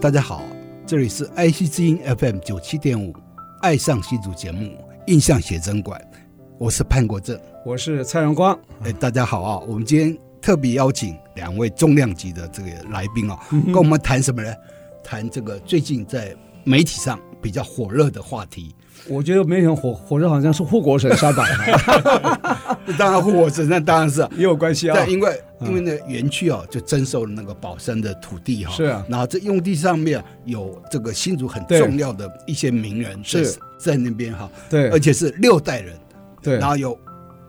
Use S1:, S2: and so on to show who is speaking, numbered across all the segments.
S1: 大家好，这里是 IC 之音 FM 九七点五《爱上新竹》节目《印象写真馆》，我是潘国正。
S2: 我是蔡荣光，
S1: 哎，大家好啊！我们今天特别邀请两位重量级的这个来宾啊，
S2: 嗯
S1: 跟我们谈什么呢？谈这个最近在媒体上比较火热的话题。
S2: 我觉得没想火火热好像是护国神山吧，
S1: 当然，我身上当然是啊，
S2: 也有关系啊
S1: 但。因为因为呢，园区哦就征收了那个宝山的土地哈、
S2: 是啊
S1: 然后这用地上面有这个新竹很
S2: 对
S1: 重要的一些名人在
S2: 是
S1: 在那边哈、
S2: 对
S1: 而且是六代人，
S2: 对
S1: 然后有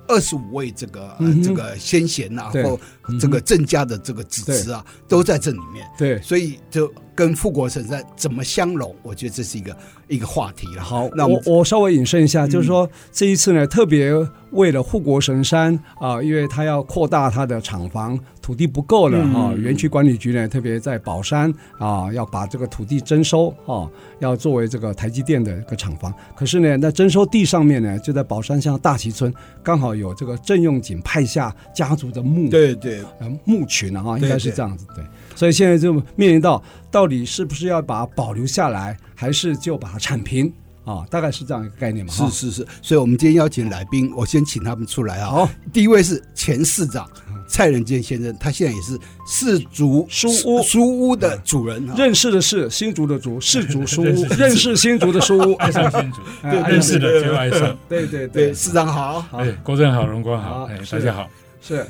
S1: 二十五位这个、呃
S2: 嗯哼
S1: 这个先贤呐、啊，
S2: 对嗯
S1: 或这个郑家的这个子侄啊，都在这里面，
S2: 对，
S1: 所以就跟富国神山怎么相融，我觉得这是一个一个话题了。
S2: 好，
S1: 那我
S2: 我嗯
S1: 们
S2: 我稍微引申一下，就是说这一次呢，特别为了护国神山啊、因为它要扩大它的厂房，土地不够了哈、园区管理局呢，特别在宝山啊、要把这个土地征收啊、要作为这个台积电的一个厂房。可是呢，那征收地上面呢，就在宝山乡大崎村，刚好有这个郑用景派下家族的墓
S1: 对对
S2: 呃墓群啊，
S1: 对
S2: 应该是这样子对。所以现在就面临到到底是不是要把它保留下来，还是就把它铲平啊？大概是这样一个概念嘛。
S1: 是
S2: 哈
S1: 是是，所以我们今天邀请来宾，我先请他们出来啊。
S2: 好，
S1: 第一位是前市长蔡仁健先生，他现在也是氏族
S2: 书屋嗯
S1: 书屋的主人啊。
S2: 认识的是新竹 的竹，是竹书屋，认识新竹的书屋，
S3: 爱上新竹，
S2: 哎
S3: 认识的就爱上。
S2: 对对
S1: 对，
S2: 对，
S1: 市长好。
S2: 好
S3: 哎，郭正好，荣光好，
S2: 好
S3: 哎，
S2: 是
S3: 大家好。
S2: 是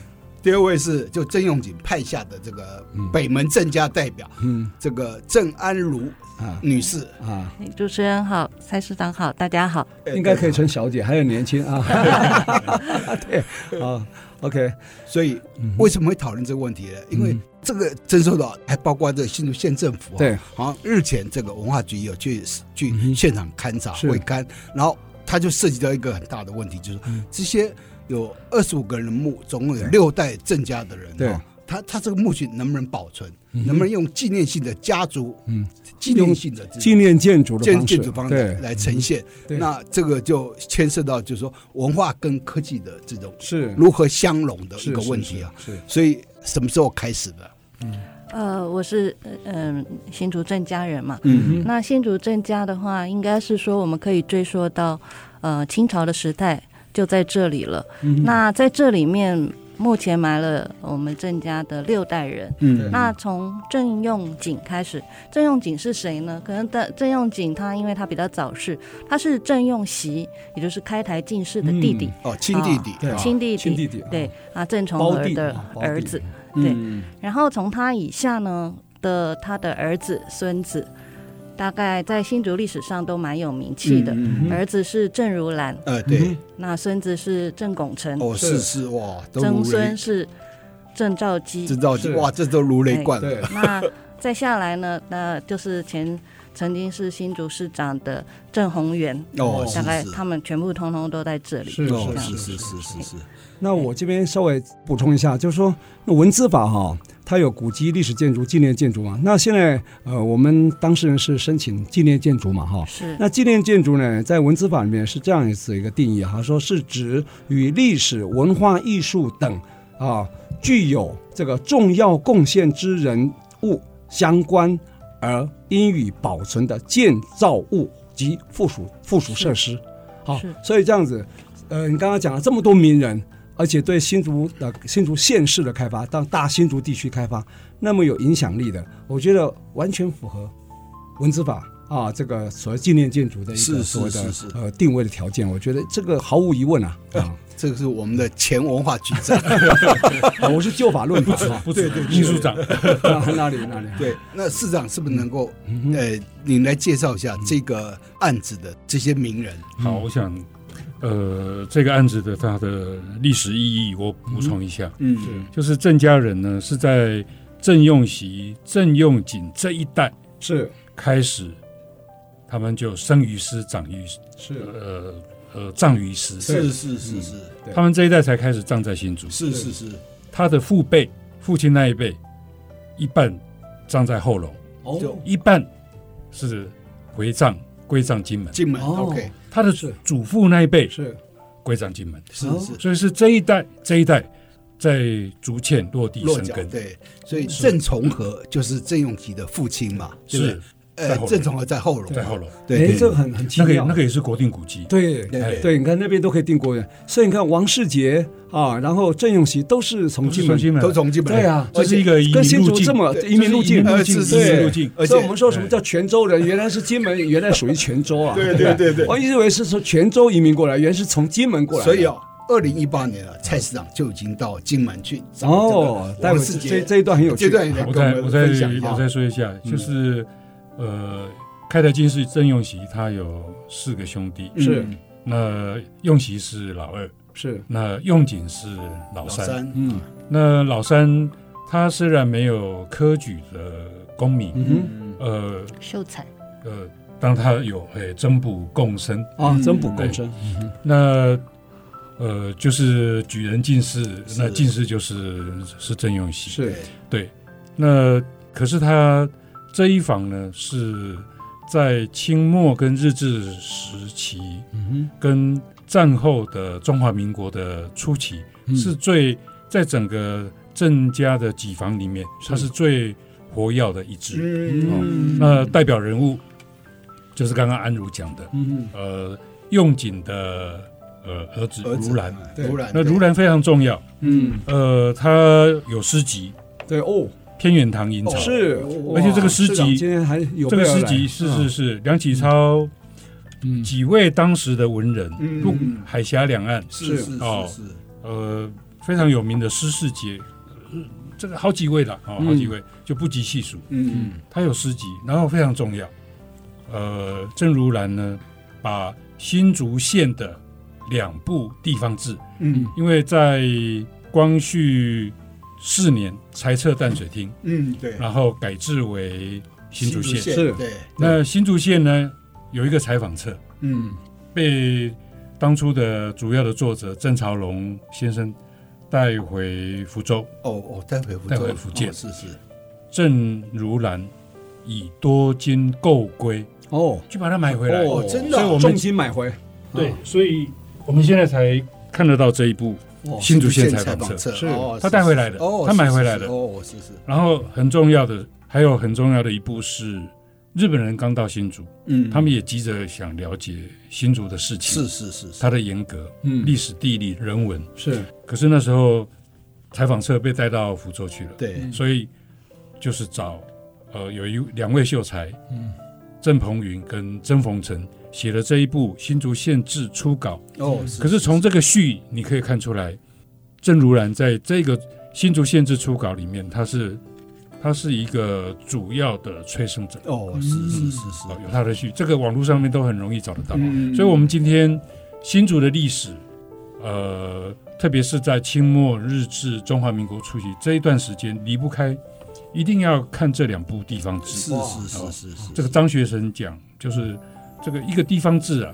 S1: 第二位是就郑用景派下的这个北门郑家代表，
S2: 嗯
S1: 这个郑安如
S2: 啊
S1: 女士，
S2: 啊，
S4: 哎主持人好，蔡市长好，大家好。
S1: 哎
S2: 应该可以。称小姐，还有年轻啊， 对啊，OK，
S1: 所以
S2: 嗯
S1: 为什么会讨论这个问题呢？因为这个征收的还包括这个新竹县政府、啊，
S2: 对，
S1: 好像日前这个文化局有去
S2: 嗯
S1: 去
S2: 哼
S1: 现场勘察
S2: 是
S1: 会勘，然后它就涉及到一个很大的问题，就是
S2: 嗯
S1: 这些有二十五个人墓，总共有六代郑家的人、啊，
S2: 对
S1: 他他这个墓群能不能保存？能不能用纪念性的家族，
S2: 嗯，
S1: 纪念性的这种
S2: 纪念建筑的
S1: 建
S2: 方式，
S1: 建筑方式
S2: 对，嗯
S1: 来呈现，
S2: 对
S1: 那这个就牵涉到就是说文化跟科技的这种
S2: 是
S1: 如何相融的一
S2: 是
S1: 个
S2: 是
S1: 问题啊。
S2: 是
S1: 所以什么时候开始的？
S4: 呃，我是呃嗯、新竹郑家人嘛。
S2: 嗯
S4: 那新竹郑家的话，应该是说我们可以追溯到呃清朝的时代就在这里了。
S2: 嗯
S4: 那在这里面，目前埋了我们郑家的六代人。
S2: 嗯
S4: 那从郑用景开始，郑用景是谁呢？可能的郑用景他因为他比较早逝，他是郑用锡，也就是开台进士的弟弟。
S1: 哦，亲弟弟，
S2: 对啊
S4: 亲弟弟，
S2: 亲弟弟啊
S4: 对啊，郑重
S2: 胞
S4: 和
S2: 弟
S4: 的
S2: 啊胞弟
S4: 儿子，对。
S2: 嗯
S4: 然后从他以下呢的他的儿子、孙子，大概在新竹历史上都蛮有名气的。
S2: 嗯
S4: 儿子是郑如兰，
S1: 呃，对，
S4: 那孙子是郑拱辰，
S1: 哦，是是哇，都
S4: 曾
S1: 如雷
S4: 孙，是郑兆基
S1: 知。道
S2: 是
S1: 哇，这都如
S4: 哎
S1: 雷贯
S2: 对
S1: 耳。
S4: 那再下来呢，那就是前曾经是新竹市长的郑宏源，
S1: 哦，
S4: 大
S1: 是
S4: 概
S1: 是，
S4: 他们全部通通都在这里。
S2: 是
S1: 哦，是是
S2: 是是是
S1: 是是是，
S2: 那我这边稍微补充一下，就是说那文字法哈、它有古迹、历史建筑、纪念建筑嘛。那现在呃，我们当事人是申请纪念建筑嘛哈、
S4: 是
S2: 那纪念建筑呢，在文字法里面是这样子一个定义哈，说是指与历史文化、艺术等啊具有这个重要贡献之人物相关而应予保存的建造物及附属附属设施。好
S4: 是，
S2: 所以这样子，呃，你刚刚讲了这么多名人，而且对新竹的新竹县市的开发，到大新竹地区开发，那么有影响力的，我觉得完全符合文字法啊，这个所谓纪念建筑的一
S1: 是
S2: 个
S1: 是
S2: 所谓的
S1: 是是
S2: 呃定位的条件，我觉得这个毫无疑问啊啊，
S1: 这个是我们的前文化局长。
S2: 啊我是旧法论 法啊，
S3: 不止秘书长，
S2: 啊那里那里
S1: 对，那市长是不
S2: 嗯
S1: 是能够，呃，你来介绍一下这个案子的这些名人？
S3: 好，我想呃，这个案子的它的历史意义，我补充一下，
S1: 嗯，
S3: 就是郑家人呢是在郑用锡、郑用景这一代
S2: 是
S3: 开始，他们就生于斯，长于斯
S2: 是
S3: 呃呃葬于斯，
S1: 是是是是
S2: 嗯
S3: 他们这一代才开始葬在新竹。
S1: 是是是，
S3: 他的父辈，父亲那一辈，一半葬在后龙，
S1: 就
S3: 一半是回葬归葬金门。
S1: 进门
S2: 哦
S1: OK，
S3: 他的
S2: 是
S3: 祖父那一辈
S2: 是
S3: 归葬金门，
S1: 是
S2: 哦
S1: 是
S3: 所以是这一代这一代在竹堑落地
S1: 落
S3: 生
S1: 脚
S3: 根。
S1: 对，所以郑重和就是郑用基的父亲嘛，对不对
S3: 是在
S1: 呃
S3: 后，龙
S1: 郑重和在后龙，
S3: 在后龙，
S1: 对
S2: 哎，
S1: 对
S2: 这个很很奇
S3: 那个
S2: 妙，
S3: 那个也是国定古迹。
S2: 对
S1: 对
S3: 哎
S2: 对，你看那边都可以定国人，所以你看王世杰啊，然后郑永熙都是从金门，
S3: 金门
S1: 都从进门
S2: 对，啊，
S3: 这是一个移
S2: 跟
S3: 民
S2: 新
S3: 路
S2: 竹
S3: 径
S2: 这，么
S1: 对
S2: 移民路径，哎
S1: 呃
S3: 路径，
S1: 是
S3: 移民路
S2: 对
S3: 径。
S1: 而且
S2: 所以我们说什么叫泉州人，原来是金门，原来属于泉州啊。
S1: 对对对对
S2: 我一直以为是从泉州移民过来，原来是从金门过来的。
S1: 所以哦，二零一八年啊，蔡市长就已经到金门去找
S2: 哦，
S1: 这个
S2: 待
S1: 王
S2: 会
S1: 世
S2: 这
S1: 杰，
S2: 这一段很有趣
S1: 这。段也来
S3: 我
S1: 哎跟
S3: 再
S1: 我
S3: 我
S1: 们
S3: 再
S1: 分享一
S3: 我
S1: 下
S3: 再，说一下，就是呃，开台金是郑用锡，他有四个兄弟，
S2: 是
S3: 那用锡是老二，
S2: 是，
S3: 那用景是老
S1: 老
S3: 三。
S1: 三，
S2: 嗯
S3: 那老三他虽然没有科举的功名，
S2: 嗯
S3: 呃
S4: 秀才？
S3: 呃，但他有诶增补共生，
S2: 哼，啊，增补共生，
S3: 那呃就是举人进士，
S1: 是
S3: 那进士就是是郑用锡，
S2: 是
S3: 对。那可是他这一房呢是在清末跟日治时期，
S2: 嗯
S3: 跟战后的中华民国的初期，
S2: 哼，
S3: 是最在整个郑家的几房里面，它是最活跃的一支。
S1: 嗯，
S2: 嗯
S3: 那代表人物就是刚刚安如讲的，
S2: 嗯哼
S3: 呃，用景的呃儿子
S1: 儿子
S3: 如兰。
S1: 对如兰，
S3: 那
S1: 对
S3: 如兰非常重要，
S2: 嗯，
S3: 呃，他有诗集
S2: 对哦，
S3: 《天远堂吟潮》，
S2: 是，
S3: 而且这个
S2: 哇
S3: 诗
S2: 市
S3: 集
S2: 长今天还有
S3: 这个
S2: 备而
S3: 诗
S2: 来
S3: 集是是，是梁启超
S2: 嗯
S3: 几位当时的文人，
S1: 嗯
S3: 入
S1: 嗯
S3: 海峡两岸，
S1: 是是是
S3: 哦
S1: 是，
S3: 呃，非常有名的诗世杰，呃这个好几位了哦，好几位就不计细数。
S2: 嗯
S3: 他有诗集，然后非常重要。呃，郑如兰呢，把新竹县的两部地方志，
S2: 嗯
S3: 因为在光绪四年裁撤淡水厅，
S1: 嗯，对，
S3: 然后改制为哎新竹县。
S2: 是
S1: 对，
S3: 那新竹县呢，有一个采访册，
S1: 嗯
S3: 被当初的主要的作者郑朝龙先生带回福州。
S1: 哦哦，带回福
S3: 带
S1: 州，
S3: 回福建
S1: 哦是是，
S3: 郑如兰以多金购归，
S2: 哦
S3: 去把它买回来。
S1: 哦真的
S2: 所
S1: 啊嗯
S2: 以我们重金买回，
S3: 对，所以我们现在才看得到这一部
S2: 哦
S3: 新竹县
S1: 采
S3: 采访册。
S1: 是
S2: 哦
S3: 他带回来的
S1: 哦，
S3: 他买
S1: 是
S3: 回
S1: 是
S3: 来
S1: 是
S3: 的
S1: 哦，是是，
S3: 然后很重要的，还有很重要的一部是日本人刚到新竹，
S1: 嗯
S3: 他们也急着想了解新竹的事情，
S1: 是是是是，
S3: 它的严格、
S2: 嗯
S3: 历史、地理、人文。
S2: 是
S3: 可是那时候采访社被带到福州去了，
S1: 对，
S3: 所以就是找呃有一两位秀才，嗯，郑鹏云跟曾逢成写了这一部《新竹县志初稿》。
S1: 哦，
S3: 可是从这个序你可以看出来，郑如然在这个新竹县志初稿里面，他是他是一个主要的催生者，
S1: 哦，是是是是
S3: 哦，有他的序，这个网络上面都很容易找得到。
S1: 嗯
S3: 所以，我们今天新竹的历史，呃，特别是在清末、日治、中华民国初期这一段时间，离不开，一定要看这两部地方志。
S1: 是是是是是，
S3: 这个张学成讲，就是这个一个地方志啊，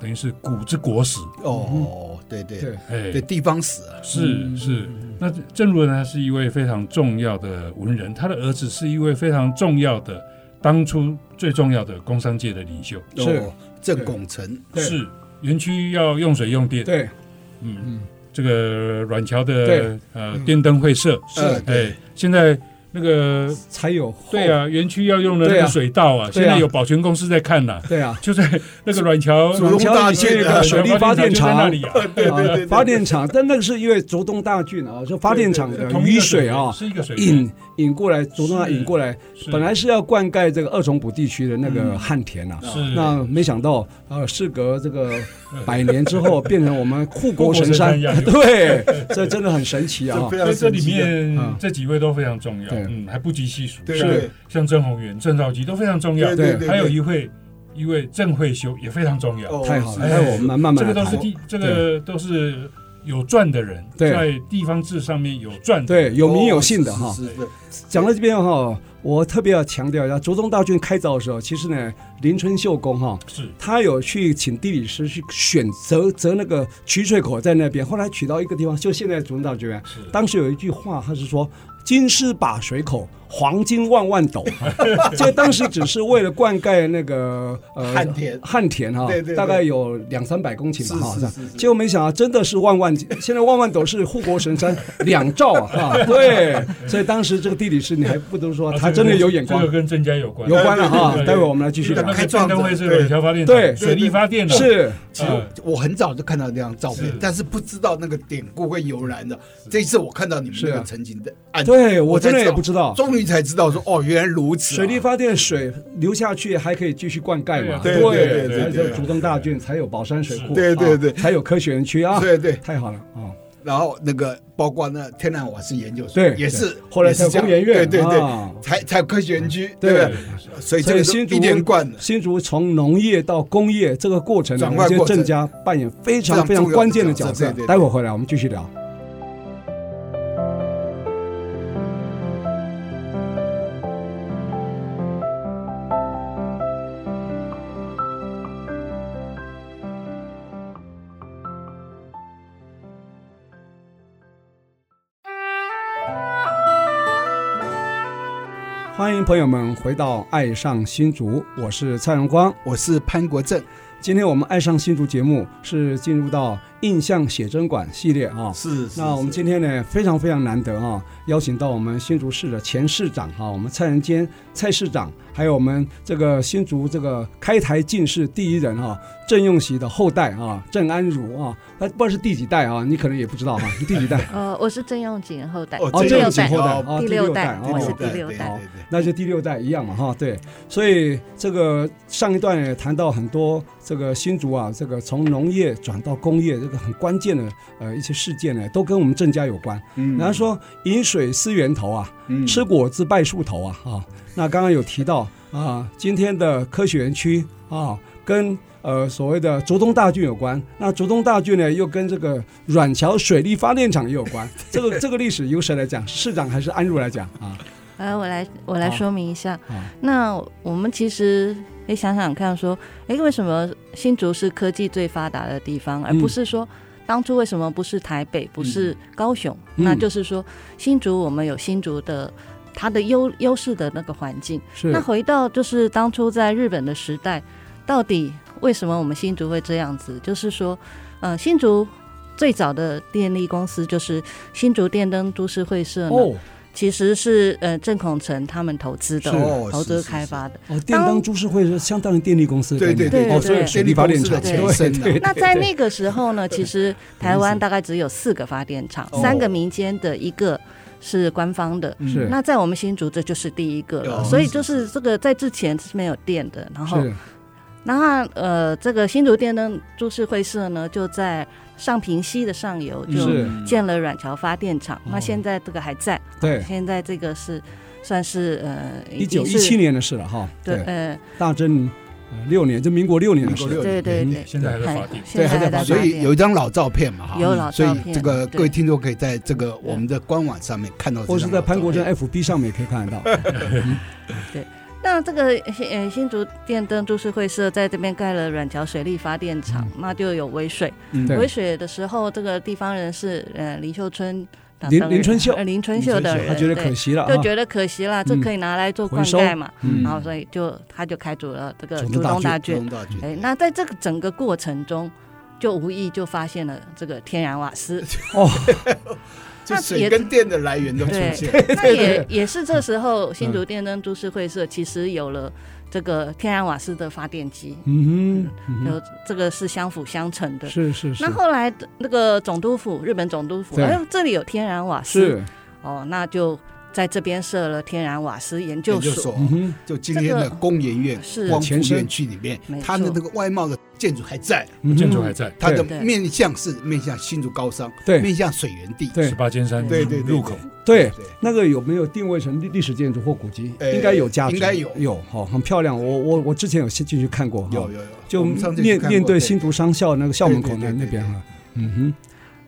S3: 等于是古之国史，
S1: 哦，对对
S2: 对
S3: 哎，
S1: 对，地方史啊，
S3: 是是，那郑如呢是一位非常重要的文人，他的儿子是一位非常重要的，当初最重要的工商界的领袖，
S2: 是
S1: 哦郑拱辰，
S2: 对
S3: 是园区要用水用电，
S2: 对
S3: 嗯，这个软桥的
S2: 对嗯
S3: 呃电灯会社，
S1: 呃
S3: 哎
S1: 对，，
S3: 现在那个
S2: 才有
S3: 对啊，园区要用的
S2: 对
S3: 那
S2: 啊
S3: 个水道啊，现
S2: 对啊
S3: 在有保全公司在看呐，
S2: 对啊，
S3: 就 在那个软桥
S1: 竹东大
S2: 这
S1: 郡
S2: 个
S1: 的
S2: 水利发电
S3: 就在那
S2: 厂。
S3: 里啊，
S1: 对对对对，
S2: 发电厂，但那个是因为竹东大郡啊，就发电厂的
S3: 同一
S2: 雨
S3: 个
S2: 水啊，
S3: 是一个水源
S2: 引引过来，竹东啊
S3: 是
S2: 引过来，
S3: 是
S2: 本来是要灌溉这个二重埔地区的那个旱田啊，
S3: 嗯是
S2: 那没想到呃，事隔这个百年之后，变成我们护国神山，
S3: 护 国神
S2: 对，这真的很神奇啊
S1: 这，非常
S3: 所以这
S1: 神
S3: 里
S1: 奇的，
S3: 面
S2: 嗯
S3: 这几位都非常重要，
S2: 对
S3: 嗯，还不计细数，
S1: 对
S3: 像
S1: 对
S3: 像郑宏元、郑兆基都非常重要
S1: 对，对对，
S3: 还有一位一位郑惠修也非常重要。
S1: 哦
S2: 太好了，
S3: 哎
S2: 待会我们慢慢
S3: 这
S2: 慢
S3: 个
S2: 来谈。
S3: 都是地，这个都是有赚的人，
S2: 对
S3: 在地方志上面有赚的人。
S2: 对，有名有姓的哈
S1: 哦。是是是
S2: 讲到这边哈，我特别要强调一下，竹中大郡开凿的时候，其实呢，林春秀公哈，
S3: 是
S2: 他有去请地理师去选择择那个取水口在那边，后来取到一个地方，就现在竹中大郡园。
S3: 是，
S2: 当时有一句话，他是说“金狮把水口，黄金万万 斗”，这个当时只是为了灌溉那个呃
S1: 旱田
S2: 旱田哈
S1: 对对对，
S2: 大概有两三百公顷吧哈
S1: 是是是是。
S2: 结果没想到真的是万万，现在万万斗是护国神山两兆啊 哈，对，所以当时这个地理师你还不能说
S3: 啊
S2: 他
S3: 这个
S2: 真的
S3: 跟
S2: 有眼
S3: 这
S2: 光
S3: 个。跟增加有关，
S2: 有关了哈
S3: 对对对
S2: 待会我们来继续
S3: 因为他
S2: 聊
S3: 们
S1: 开
S3: 开
S1: 创
S3: 战
S1: 的
S3: 灯会是冷桥发电
S2: 对
S3: 厂、水力发电的，
S2: 是，
S1: 其实
S3: 啊
S1: 我很早就看到那张照片
S3: 是，
S1: 但是不知道那个典故会由来的。这一次我看到你们
S2: 是啊
S1: 那个曾经的案例，
S2: 对啊我
S1: 才
S2: 真的也不知道。
S1: 终于才知道说哦，原来如此啊。
S2: 水力发电水流下去还可以继续灌溉嘛？
S3: 对
S1: 啊对对对
S2: 才
S1: 对
S2: 有
S1: 对
S2: 竹东大郡，才有宝山水库，
S1: 对对
S2: 啊
S1: 对
S2: 才有科学园区啊！
S1: 对对，
S2: 太好了啊！
S1: 然后那个包括那天然瓦斯研究所
S2: 对
S1: 也是，
S2: 后来才
S1: 才
S2: 有工研院，
S1: 对对
S2: 啊
S1: 对，才才有科学园区，对不
S2: 对
S1: 对？所以这
S2: 所
S1: 个
S2: 以
S1: 是
S2: 新竹
S1: 一连贯的，
S2: 新竹从农业到工业这个过程呢，
S1: 转
S2: 我
S1: 换
S2: 们觉得
S1: 过程
S2: 郑家扮演非常
S1: 非常
S2: 非常
S1: 重要的
S2: 关键的角
S1: 角色
S2: 色
S1: 对对。对
S2: 待会儿回来我们继续聊。欢迎朋友们回到《爱上新竹》，我是蔡荣光。
S1: 我是潘国正，
S2: 今天我们《爱上新竹》节目是进入到印象写真馆系列啊。
S1: 是是
S2: 那我们
S1: 是
S2: 今天呢，非常非常难得啊，邀请到我们新竹市的前市长哈、我们蔡仁坚蔡市长，还有我们这个新竹这个开台进士第一人哈、郑用锡的后代啊，郑安如啊，他不知道是第几代啊，你可能也不知道哈、你第几代
S4: 呃，我是郑用景后代，
S1: 哦
S2: 哦，
S4: 第
S2: 郑
S4: 六
S2: 用锡
S4: 代，
S2: 后代
S1: 哦
S2: 啊，
S4: 第
S2: 六
S4: 六
S2: 代
S4: 代，
S2: 啊，
S4: 我是第
S1: 对
S4: 六
S1: 对
S4: 代。
S1: 对对
S2: 那就第六代一样嘛哈，对，所以这个上一段也谈到很多这个新竹啊，这个从农业转到工业这个很关键的呃一些事件呢，都跟我们郑家有关。
S1: 嗯
S2: 然后说饮水思源头啊，吃果子拜树头啊啊。那刚刚有提到啊，今天的科学园区啊，跟呃所谓的竹东大郡有关。那竹东大郡呢，又跟这个软桥水力发电厂也有关。这个这个历史由谁来讲？市长还是安茹来讲啊？
S4: 来，呃我来我来
S2: 好
S4: 说明一下。
S2: 啊，
S4: 那我们其实也想想看，说，哎，为什么新竹是科技最发达的地方，而
S2: 嗯
S4: 不是说当初为什么不是台北，不是高雄？
S2: 嗯
S4: 那就是说，新竹我们有新竹的它的优优势的那个环境。
S2: 是
S4: 那回到就是当初在日本的时代，到底为什么我们新竹会这样子？就是说，呃，新竹最早的电力公司就是新竹电灯株式会社呢，
S2: 哦
S4: 其实是呃郑孔成他们投资的
S2: 是，
S1: 哦
S4: 投
S1: 是
S4: 资
S1: 是
S4: 开发的。
S2: 哦，电灯株式会是相当于电力公司的概念，
S1: 对
S4: 对对
S2: 哦，所以
S4: 对
S2: 水力发电厂
S4: 电力
S1: 公司的前身啊
S2: 对对对
S4: 那在那个时候呢，其实台湾大概只有四个发电厂，
S1: 哦
S4: 三个民间的，一个是官方的。
S1: 嗯
S2: 是
S4: 那在我们新竹，这就是第一个了，
S1: 哦
S4: 所以就是这个在之前是没有电的，然后
S2: 是
S4: 那呃，这个新竹电灯株式会社呢，就在上平溪的上游就是建了软桥发电厂。
S2: 嗯哦
S4: 那现在这个还在，
S2: 对，
S4: 现在这个是算是呃，
S2: 一
S4: 已
S2: 九
S4: 经
S2: 一
S4: 是
S2: 七年的事了哈，
S4: 对，呃，
S2: 大正呃六年，就民国六年的
S1: 民国
S2: 事
S1: 六，
S4: 对对
S3: 嗯
S4: 对，
S3: 现在还在发电
S4: 现
S2: 对
S4: 在
S2: 还在
S4: 还
S2: 发电
S4: 在
S1: 所
S4: 发
S1: 以
S4: 电
S1: 有一张老照片嘛哈，嗯
S4: 有老
S1: 所
S4: 照
S1: 以
S4: 片
S1: 这个
S4: 对
S1: 各位听众可以在这个我们的官网上面看到这张
S2: 或
S1: 老照片，
S2: 是在潘国正 FB 上面也可以看得到。
S4: 那这个新呃新竹电灯株式会社在这边盖了软桥水利发电厂，那就有尾水。
S1: 嗯
S2: 嗯对
S4: 尾水的时候，这个地方人是呃林秀春党
S2: 林
S4: 当人
S2: 林春秀
S4: 呃林春秀的
S2: 嗯
S4: 人，
S2: 他觉得
S4: 对
S2: 可惜了啊，
S4: 就觉得可惜啦，这
S2: 嗯
S4: 可以拿来做
S2: 回
S4: 灌
S2: 收
S4: 溉嘛，
S2: 嗯
S4: 然后所以就他就开除了这个
S2: 竹东
S4: 竹
S2: 大嗯
S4: 东大
S1: 中
S4: 郡。
S1: 大军
S4: 哎，那在这个整个过程中，就无意就发现了这个天然瓦斯，
S2: 哦，
S1: 就
S4: 那
S1: 水
S4: 也
S1: 跟电的来源都出
S4: 对
S1: 现，
S4: 那也也是这时候新竹电灯株式会社其实有了这个天然瓦斯的发电机，
S2: 嗯哼嗯哼，
S4: 有这个是相辅相成的。
S2: 是是是
S4: 那，后来的那个总督府，日本总督府，
S2: 对
S4: 哎呦，这里有天然瓦斯，
S2: 是
S4: 哦，那就在这边设了天然瓦斯研究
S1: 研究
S4: 所。
S1: 所
S2: 嗯哼，
S1: 就今天的工研院
S4: 这、个
S1: 光
S2: 是前
S1: 复
S2: 身
S1: 院区里面
S4: 没，错
S1: 它的那个外贸的建筑还在，
S2: 嗯哼
S3: 建筑还在，
S1: 它的
S4: 对
S1: 面向是面向新竹高商，
S2: 对
S1: 面向水源地，
S2: 对
S3: 十八尖山
S1: 对对对
S3: 入口，
S2: 对哦
S1: 对，
S2: 那个有没有定位成历历史建筑或古迹？
S1: 呃
S2: 应该有价值，
S1: 应该有
S2: 有哈，很漂亮。我我我之前有进去看过，哈
S1: 有有有，
S2: 就
S1: 我们上次去
S2: 面
S1: 看过
S2: 面对新，竹商校那个校门口那
S1: 对对对
S2: 那
S1: 对
S2: 边哈，嗯
S1: 对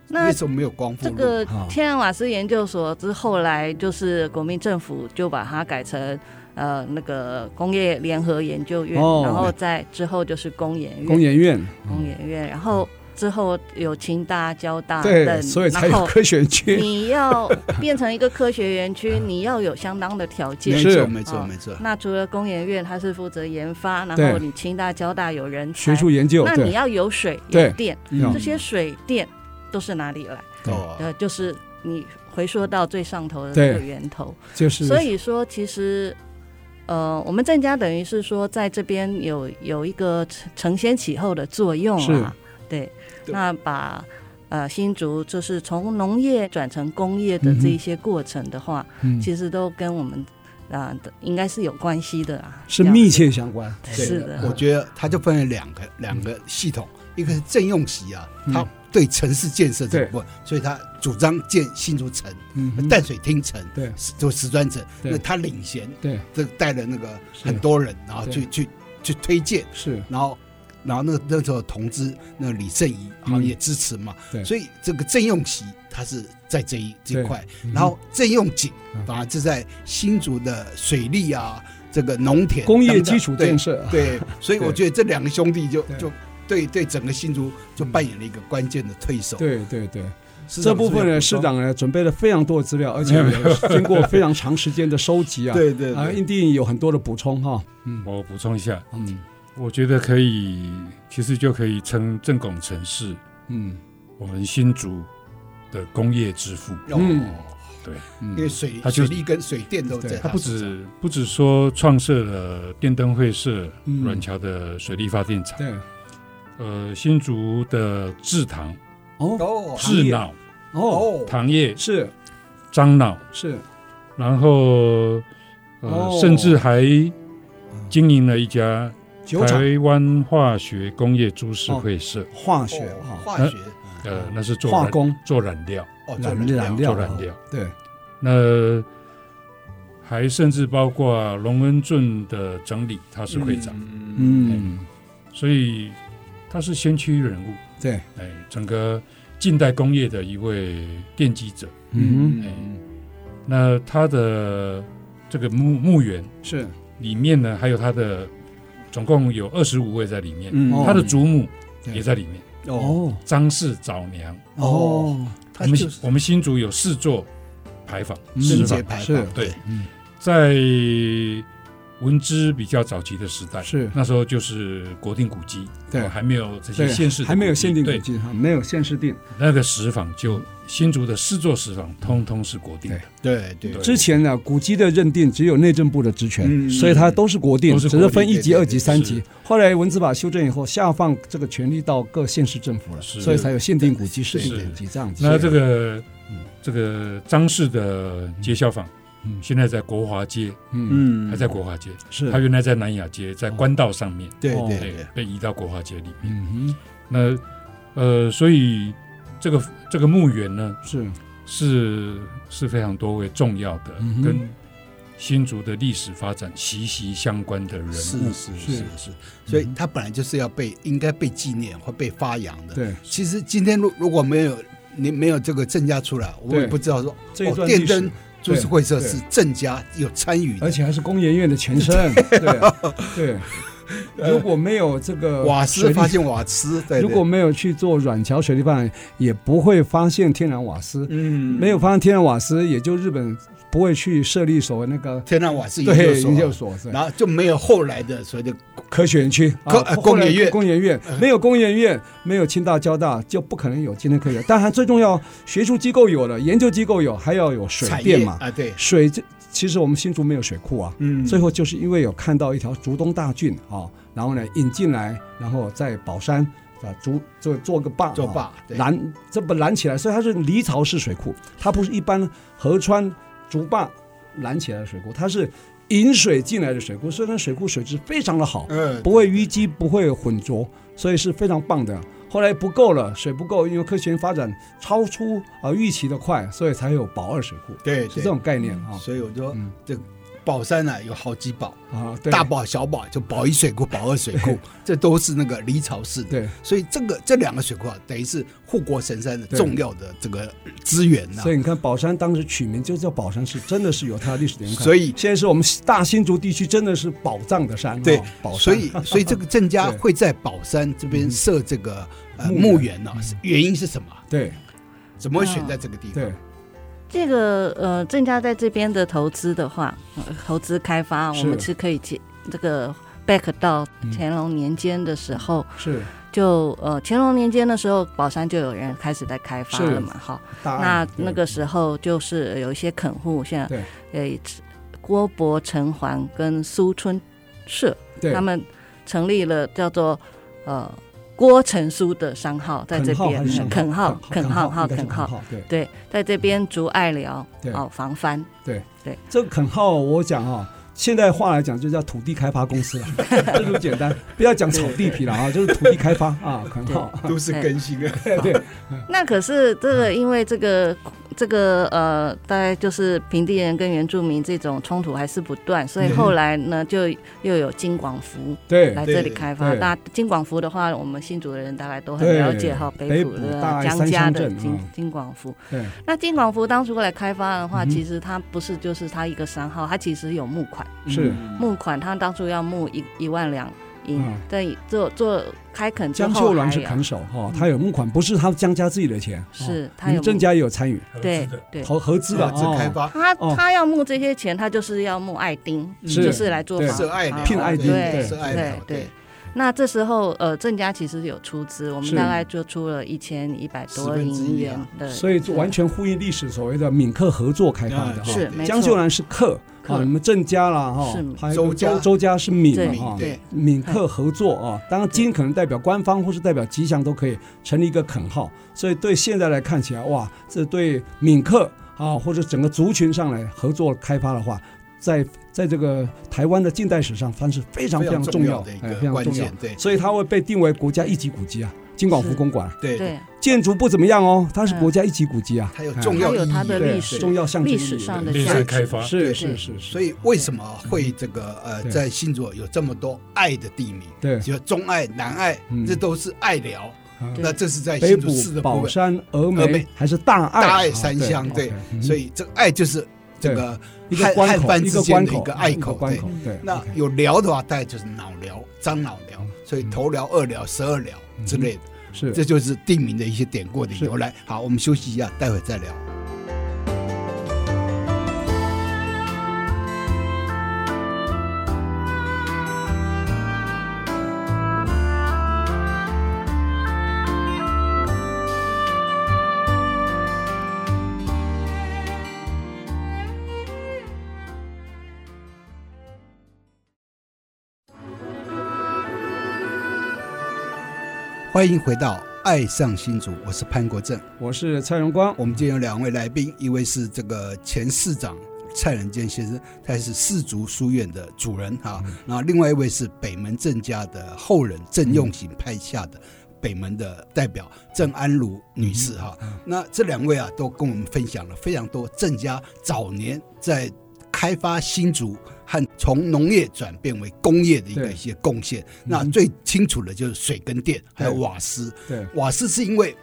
S4: 那
S1: 为什么没有光复
S4: 这
S1: 路？
S4: 个
S2: 好
S4: 天然瓦斯研究所之后来就是国民政府就把它改成呃那个工业联合研究院，
S2: 哦
S4: 然后再之后就是工研
S2: 哼，
S4: 院，
S2: 工研院，
S4: 工研院，然后之后有清大、交大
S2: 嗯对，
S4: 啊等，
S2: 所以才
S4: 然
S2: 有
S4: 后
S2: 科学区，
S4: 你要变成一个科学 园区，你要有相当的条件
S1: 没。
S2: 是
S1: 错没错
S4: 啊
S1: 没错，
S4: 那除了工研院，它是负责研发，然
S2: 对
S4: 后你清大、交大有人才
S2: 学术研究，
S4: 那你
S2: 对，
S4: 要有水、
S2: 对
S4: 有电，
S2: 嗯啊
S4: 这些水电都是哪里来？
S1: 哦，
S4: 呃，就是你回溯到最上头的
S2: 对
S4: 那个源头。
S2: 就是
S4: 所以说，其实，呃，我们郑家等于是说，在这边有有一个承承先启后的作用
S2: 是
S4: 啊。对，
S1: 对
S4: 那把呃新竹就是从农业转成工业的这一些过程的话，
S2: 嗯
S4: 其实都跟我们啊、应该是有关系的啊，
S2: 是
S4: 这样子
S2: 密切相关，
S1: 对
S4: 是的，
S1: 我觉得它就分了两个两个系统，一个是郑用席啊，
S2: 嗯
S1: 他对城市建设这
S2: 对
S1: 一部分，所以他主张建新竹城、
S2: 嗯哼
S1: 淡水厅城，
S2: 对
S1: 就石砖城，
S2: 对
S1: 那他领衔，
S2: 对
S1: 这带了那个
S2: 是
S1: 很多人，然后
S2: 对
S1: 去去去推荐。
S2: 是
S1: 然后，然后那个那时候同知那个李正仪好像
S2: 嗯
S1: 也支持嘛，
S2: 对
S1: 所以这个郑用锡他是在这一这
S2: 对
S1: 一块，
S2: 嗯
S1: 然后郑用景
S2: 嗯
S1: 反而是在新竹的水利啊，这个农田
S2: 工业
S1: 等等
S2: 基础建，设，
S1: 对，对所以我觉得这两个兄弟就
S2: 对嗯
S1: 就。对对，整个新竹就扮演了一个关键的推手。
S2: 对对对。
S1: 市长
S2: 这部分呢，
S1: 是
S2: 市
S1: 不是有补充，
S2: 长呢准备了非常多的资 料，而且经过非常长时间的收集啊，
S1: 对对
S2: 啊，
S1: 对
S2: 一定有很多的补充哈。嗯
S3: 我补充一下，
S2: 嗯
S3: 我觉得可以，其实就可以称正拱城市
S2: 嗯
S3: 我们新竹的工业之父。
S1: 哦
S2: 嗯
S1: 因为
S2: 嗯，
S1: 水
S3: 他就
S1: 水利跟水电都在
S2: 对
S3: 它
S1: 他
S3: 不
S1: 手上
S3: 止不止说创设了电灯会社、
S2: 嗯
S3: 软桥的水力发电厂，
S2: 对，
S3: 呃，新竹的制糖、
S2: 哦
S1: 哦
S2: 是
S3: 制脑、
S2: 哦，
S1: 哦，
S3: 糖业、
S2: 是
S3: 樟脑，
S2: 是，
S3: 然后
S2: 哦
S3: 呃，甚至还经营了一家
S2: 酒厂
S3: 台湾化学工业株式会社，
S2: 化
S1: 化
S2: 学哈，
S1: 哦化学嗯
S3: 呃，那是做
S2: 化
S3: 染
S2: 工
S3: 做染料，
S1: 哦，做
S2: 嗯染染料哦
S3: 做
S2: 哈
S3: 染料，
S2: 对，
S3: 那还甚至包括龙恩俊的整理，他是会长，
S2: 嗯
S1: 哎
S3: 所以他是先驱人物，
S2: 对，
S3: 哎，整个近代工业的一位奠基者。
S2: 嗯
S3: 哎，那他的这个墓墓园
S2: 哼
S1: 嗯
S2: 是，
S1: 哎
S3: 里面呢，还有他的总共有二十五位在里面，
S1: 嗯
S2: 哦
S3: 他的祖母
S2: 对
S3: 也在里面，
S1: 哦，
S2: 哦
S3: 张氏早娘。
S2: 哦，
S1: 他
S3: 我们
S1: 就是
S3: 我们新竹有四座牌坊，
S2: 嗯
S3: 石
S1: 贞
S3: 坊
S1: 节，牌
S2: 是
S1: 坊
S3: 对，
S2: 嗯
S3: 在文资比较早期的时代，
S2: 是
S3: 那时候就是国定古迹，
S2: 对
S3: 哎哦还没有这些
S2: 对，
S3: 县市的
S2: 还没有
S3: 古迹
S2: 限定古
S3: 对，
S2: 迹哈，没有限市定。
S3: 那个石坊就新竹的四座石坊，通通是国定的，
S1: 对对
S3: 对
S2: 之前呢，古迹的认定只有内政部的职权，
S1: 嗯
S2: 所以它都是国定，
S3: 都是国
S2: 只
S3: 定
S2: 是分一级、
S1: 对对
S2: 二级、
S1: 对
S2: 三级
S3: 是。
S2: 后来文字法修正以后，下放这个权力到各县市政府了，
S3: 是
S2: 所以才有限定古迹、市
S1: 是
S2: 定古迹这样子。
S3: 那这个这个张氏的街校坊
S2: 嗯，
S3: 现在在国华街，
S2: 嗯
S1: 嗯
S3: 还在国华街，
S2: 是
S3: 它原来在南雅街，在官道上面，
S1: 对
S2: 哦
S1: 对
S3: 对
S1: 对，，
S3: 被移到国华街里面。
S2: 嗯
S3: 那呃，所以这个这个墓园呢，
S2: 哼是
S3: 是是非常多位重要的
S2: 嗯哼，
S3: 跟新竹的历史发展息息相关的人物
S1: 是。是是是，所以它本来就是要被应该被纪念或被发扬的。，
S2: 对
S1: 其实今天如如果没有你没有这个郑家出来，我也
S2: 对
S1: 不知道说
S2: 这一
S1: 哦
S2: 段
S1: 电
S2: 历史
S1: 灯株式会社
S2: 对
S1: 是郑家有参与的，
S2: 而且还是工研院的前身， 对对。如果没有这个
S1: 呃瓦
S2: 呃水
S1: 斯
S2: 利
S1: 发现瓦斯，对，对
S2: 如果没有去做软桥水利发展，也不会发现天然瓦斯。
S1: 嗯
S2: 没有发现天然瓦斯，也就日本不会去设立所谓那个
S1: 天然瓦斯
S2: 对
S1: 研
S2: 研
S1: 究
S2: 究
S1: 所，啊
S2: 所，对
S1: 然后就没有后来的所谓的
S2: 科学园区、
S1: 科
S2: 啊
S1: 呃
S2: 后
S1: 工
S2: 来
S1: 研院嗯
S2: 工研院没有工研院，没有清大、交大，就不可能有今天科学。当然，最重要，学术机构有了，研究机构有，还要有水
S1: 产业
S2: 电嘛。
S1: 啊，对，
S2: 水这其实我们新竹没有水库啊，
S1: 嗯
S2: 最后就是因为有看到一条竹东大郡啊，然后呢引进来，然后在宝山啊竹做做个坝，
S1: 做
S2: 啊
S1: 坝，对
S2: 拦这不拦起来，所以它是离槽式水库，它不是一般河川竹坝拦起来的水库，它是引水进来的水库，所以那水库水质非常的好，
S1: 呃，
S2: 不会淤积，不会混浊，所以是非常棒的。后来不够了，水不够，因为科学发展超出啊、呃预期的快，所以才有保二水库，
S1: 对
S2: 是这
S1: 对，
S2: 种概念啊
S1: 所以我说
S2: 嗯
S1: 这宝山呢有好几宝，
S2: 啊，
S1: 嗯
S2: 对
S1: 大宝小宝就宝一水库、宝二水 库，这都是那个离巢式的。
S2: 对，
S1: 所以这个这两个水库啊，等于是护国神山的
S2: 对
S1: 重要的这个资源呐、
S2: 所以你看，宝山当时取名就叫宝山，是真的是有它的历史典故。
S1: 所以
S2: 现在是我们大新竹地区真的是宝藏的山，
S1: 对
S2: 哦宝山。
S1: 所以，所以这个郑家
S2: 对嗯
S1: 会在宝山这边设这个呃
S2: 墓园嗯
S1: 墓园呢、原因是什么？
S2: 对
S1: 怎么会选在这个地方？
S2: 对，
S4: 这个呃，郑家在这边的投资的话，呃投资开发，我
S2: 是
S4: 们是可以接这个 back 到
S2: 嗯
S4: 乾隆年间的时候，
S2: 是
S4: 就呃乾隆年间的时候，宝山就有人开始在开发
S2: 是
S4: 了嘛，哈。
S2: 大
S4: 那
S2: 案对
S4: 那个时候就是有一些垦户，像
S2: 对
S4: 呃郭伯、陈桓跟苏春社，
S2: 对
S4: 他们成立了叫做呃郭陈苏的商号，在这
S2: 垦号还是
S4: 边
S2: 垦
S4: 垦
S2: 号
S4: 号、垦号、
S2: 号
S4: 号、
S2: 应该是
S4: 垦号，
S2: 号，对。
S4: 对，在这边竹爱寮
S2: 对
S4: 哦防藩，
S2: 这个垦号，我讲啊，现代话来讲就叫土地开发公司 了，这么简单，不要讲炒地皮了啊，就是土地开发 啊，垦号，
S1: 都市更新啊，
S2: 对对，
S4: 那可是这个，因为这个这个呃，大概就是平地人跟原住民这种冲突还是不断，所以后来呢，就又有金广福
S2: 嗯对
S4: 来这里开发。
S2: 对
S4: 那金广福的话，我们新竹的人大概都很
S2: 对
S4: 了解哈，
S2: 北
S4: 埔
S2: 埔
S4: 的
S2: 大爱
S4: 江
S2: 三
S4: 家
S2: 乡
S4: 的
S2: 镇
S4: 金
S2: 嗯
S4: 金广福。
S2: 对
S4: 那金广福当初过来开发的话，
S2: 嗯哼
S4: 其实它不是就是它一个商号，它其实有募款，
S2: 是
S4: 募款它当初要募一一万两银
S2: 嗯，
S4: 对，做做开垦之
S2: 江
S4: 后
S2: 秀
S4: 还
S2: 兰是
S4: 有嗯
S2: 垦手哈，他有募款，不是他江家自己的钱，哦
S4: 是他
S2: 你们
S4: 有
S2: 郑
S4: 募
S2: 家也有参与，
S3: 合
S4: 对
S3: 资呃的
S4: 对。
S2: 投合资的
S1: 这开
S2: 哦
S1: 发
S4: 他
S2: 哦
S4: 他要募这些钱，他就是要募爱丁，
S2: 是
S4: 就是来做
S2: 对
S4: 房
S1: 设爱寮、
S2: 聘爱丁对
S1: 对，设爱
S4: 对
S1: 寮，
S4: 对。那这时候，呃，郑家其实有出资，我们
S2: 是
S4: 大概就出了一千一百多银元
S1: 啊
S4: 的，
S2: 所以完全呼应历史所谓的闽客合作开发的哦
S1: 嗯
S2: 哈。
S4: 是没错
S2: 江秀兰是客
S4: 客
S2: 啊，你们郑家啦哈
S4: 是，
S2: 还有一
S1: 周
S2: 个
S1: 家
S2: 周周家是闽
S4: 对
S2: 哈，
S1: 对
S2: 闽客合作啊。当然金可能代表官方或是代表吉祥都可以成立一个垦号，所以对现在来看起来哇，这对闽客啊或者整个族群上来合作开发的话，在在这个台湾的近代史上，它是非常非
S1: 非
S2: 常
S1: 常
S2: 重
S1: 重
S2: 要
S1: 要的一
S2: 哎
S1: 个
S2: 非常
S1: 关
S2: 重要
S1: 键，，对
S2: 所以它会被定为国家一级古迹啊，金广福
S4: 是
S2: 公馆。
S1: 对对，
S4: 对
S2: 建筑不怎么样哦，它
S1: 嗯
S2: 是国家一级古迹啊，
S1: 它有重要
S4: 它有
S1: 意义
S4: 它的
S2: 对
S4: 历史
S2: 重要象征意义
S4: 历史上的
S3: 列
S4: 价
S3: 在
S4: 值。
S3: 开发，
S2: 是
S1: 嗯对
S2: 是是是，
S1: 所以为什么会这个呃，
S2: 对
S1: 在新竹有这么多爱的地名？
S2: 对
S1: 就中爱、南爱
S2: 嗯，
S1: 这都是爱寮。
S2: 啊
S1: 那这是在
S2: 北
S1: 新
S2: 埔
S1: 竹市、的部
S2: 宝
S1: 分，
S2: 山、峨
S1: 峨
S2: 眉
S1: 眉
S2: 还是大爱
S1: 大爱
S2: 啊
S1: 三
S2: 对
S1: 乡
S2: OK，
S1: 对
S2: 嗯
S1: 所以这个爱就是这个
S2: 一个
S1: 汉
S2: 关
S1: 汉
S2: 口，
S1: 番
S2: 一
S1: 之
S2: 个
S1: 间
S2: 关
S1: 的一
S2: 口，嗯
S1: 个爱
S2: 一个
S1: 口。
S2: 关
S1: 对
S2: 口，对，
S1: 那
S2: OK
S1: 有寮的话，大概就是脑寮、张脑
S2: 嗯
S1: 寮，所以头寮、二寮、十二寮之类的，
S2: 是
S1: 这就是地名的一些典故的由来。好，我们休息一下，待会再聊。欢迎回到《爱上新竹》，我是潘国正。
S2: 我是蔡荣光，
S1: 我们今天有两位来宾，一位是这个前市长蔡仁坚先生，他是市竹书院的主人哈、
S2: 嗯
S1: 然后另外一位是北门郑家的后人郑用行派下的北门的代表郑安如女士哈、
S2: 嗯
S1: 那这两位啊，都跟我们分享了非常多郑家早年在开发新竹和从农业转变为工业的一个
S2: 对
S1: 一些贡献。那
S2: 嗯
S1: 最清楚的就是水跟电，还有瓦斯。
S2: 对
S1: 瓦斯是因为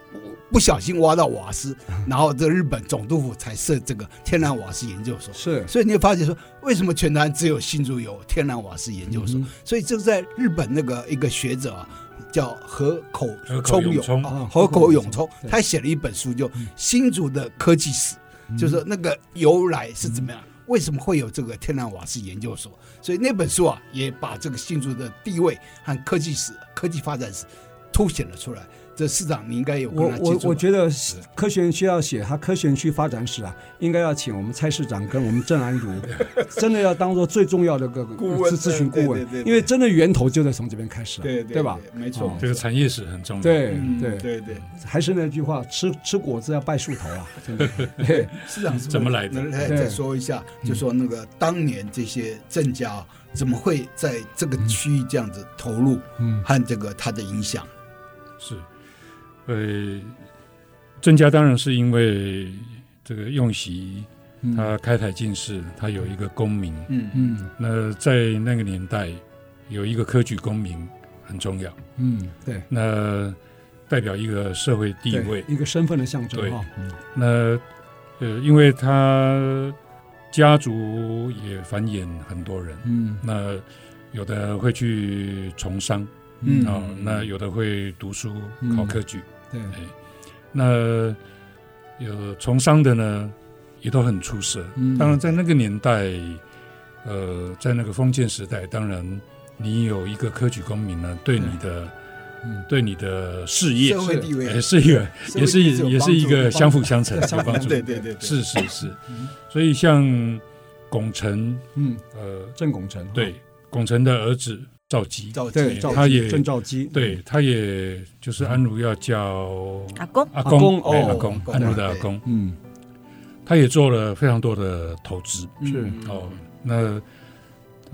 S1: 不小心挖到瓦斯，然后这日本总督府才设这个天然瓦斯研究所。
S2: 是
S1: 所以你会发现说，为什么全台只有新竹有天然瓦斯研究所？
S2: 嗯
S1: 所以这个在日本那个一个学者啊，叫河口
S3: 河口
S1: 聪
S3: 永
S1: 勇
S3: 充
S1: 啊
S2: 啊，
S1: 河口
S2: 河口
S1: 永
S2: 永
S1: 充
S2: 充，对
S1: 他写了一本书，就《新竹的科技史》，就是说那个由来是怎么样。为什么会有这个天然瓦斯研究所？所以那本书啊，也把这个新竹的地位和科技史、科技发展史凸显了出来。这市长你应该有跟
S2: 我
S1: 他接触
S2: 我
S1: 吧
S2: 我觉得
S1: 是
S2: 科学园区要写它科学园区发展史啊，应该要请我们蔡市长跟我们郑 安如，真的要当做最重要的个
S1: 顾问
S2: 咨咨询顾
S1: 对对对
S2: 问，
S1: 对
S2: 因为真的源头就在从这边开始啊，
S1: 对
S2: 吧？？
S1: 没错
S2: 哦，
S3: 这个产业史很重要。，
S2: 对
S1: 嗯
S2: 对，
S1: 对对，
S2: 还是那句话，吃吃果子要拜树头 啊，真的。对
S1: 市长是不是
S3: 怎么来的嗯
S1: 能来
S2: 对
S1: 再说一下，就说那个当年这些政家啊怎么会在这个区域这样子投入，
S2: 嗯
S1: 和这个它的影响。
S3: 是，呃，郑家当然是因为这个用席，
S2: 嗯
S3: 他开台进士，他有一个功名。
S1: 嗯
S2: 嗯
S3: 那在那个年代，有一个科举功名很重要，
S2: 嗯，对
S3: 那代表一个社会地
S2: 对
S3: 位。
S2: 一个身份的象征
S3: 对
S2: 哈。嗯
S3: 那呃，因为他家族也繁衍很多人，
S2: 嗯
S3: 那有的会去从商
S1: 嗯
S3: 啊、那有的会读书
S2: 嗯
S3: 考科举，
S2: 对
S3: 那有从商的呢，也都很出色。
S2: 嗯
S3: 当然，在那个年代，呃，在那个封建时代，当然你有一个科举功名呢，对你的
S2: 嗯
S3: 对你的事业
S1: 社会地位啊
S3: 也是一个
S1: 社
S3: 也
S1: 会
S3: 是
S1: 地位有
S3: 也
S1: 帮
S3: 是一
S1: 助
S3: 个
S1: 有
S3: 相辅相成
S2: 对
S3: 有帮助。
S1: 对对对嗯对
S3: 是是是。所以像龚城，
S2: 嗯，
S3: 呃，
S2: 郑拱辰哈
S3: 对，龚城的儿子赵姬，
S1: 赵
S2: 对，
S1: 姬
S2: 赵
S3: 他
S2: 姬
S3: 也
S2: 郑兆基
S3: 对，他也就是安如要叫
S4: 阿公
S3: 阿
S2: 公
S3: 公，哎
S2: 哦
S3: 阿公
S1: 公，
S3: 安如的阿公，
S2: 嗯
S3: 他也做了非常多的投资。
S1: 嗯
S2: 嗯是
S3: 哦，那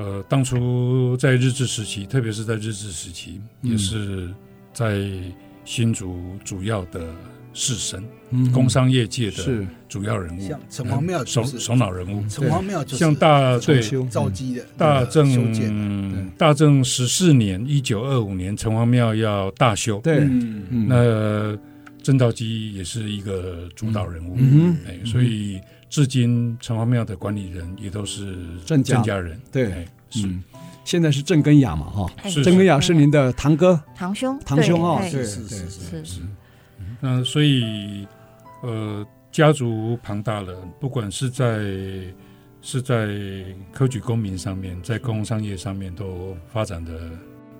S3: 呃，当初在日治时期，特别是在日治时期，
S2: 嗯
S3: 也是在新竹主要的士绅、
S2: 嗯
S3: 工商业界的
S2: 是
S3: 主要人物
S1: 像，城隍庙就
S3: 首
S1: 是
S3: 首脑人物，
S1: 城隍庙就是
S3: 嗯像大
S2: 重
S3: 对
S2: 修
S1: 赵姬的
S3: 大
S1: 修建，
S3: 正
S2: 对
S3: 大正十四年一九二五年，城隍庙要大修，
S2: 对
S1: 嗯
S2: 嗯
S3: 那郑道基也是一个主导人物，
S2: 嗯哼
S3: 哎，所以至今城隍庙的管理人也都是
S2: 郑家
S3: 家人，
S2: 对
S3: 哎，是
S2: 嗯，现在是郑根雅嘛哈，
S5: 哎
S3: 是
S2: 郑根雅是您的堂哥
S5: 堂兄，
S2: 堂兄哦
S5: 对
S2: 对
S1: 是是是是，
S5: 对是
S3: 那所以呃，家族庞大了，不管是在是在科举功名上面，在工商业上面都发展的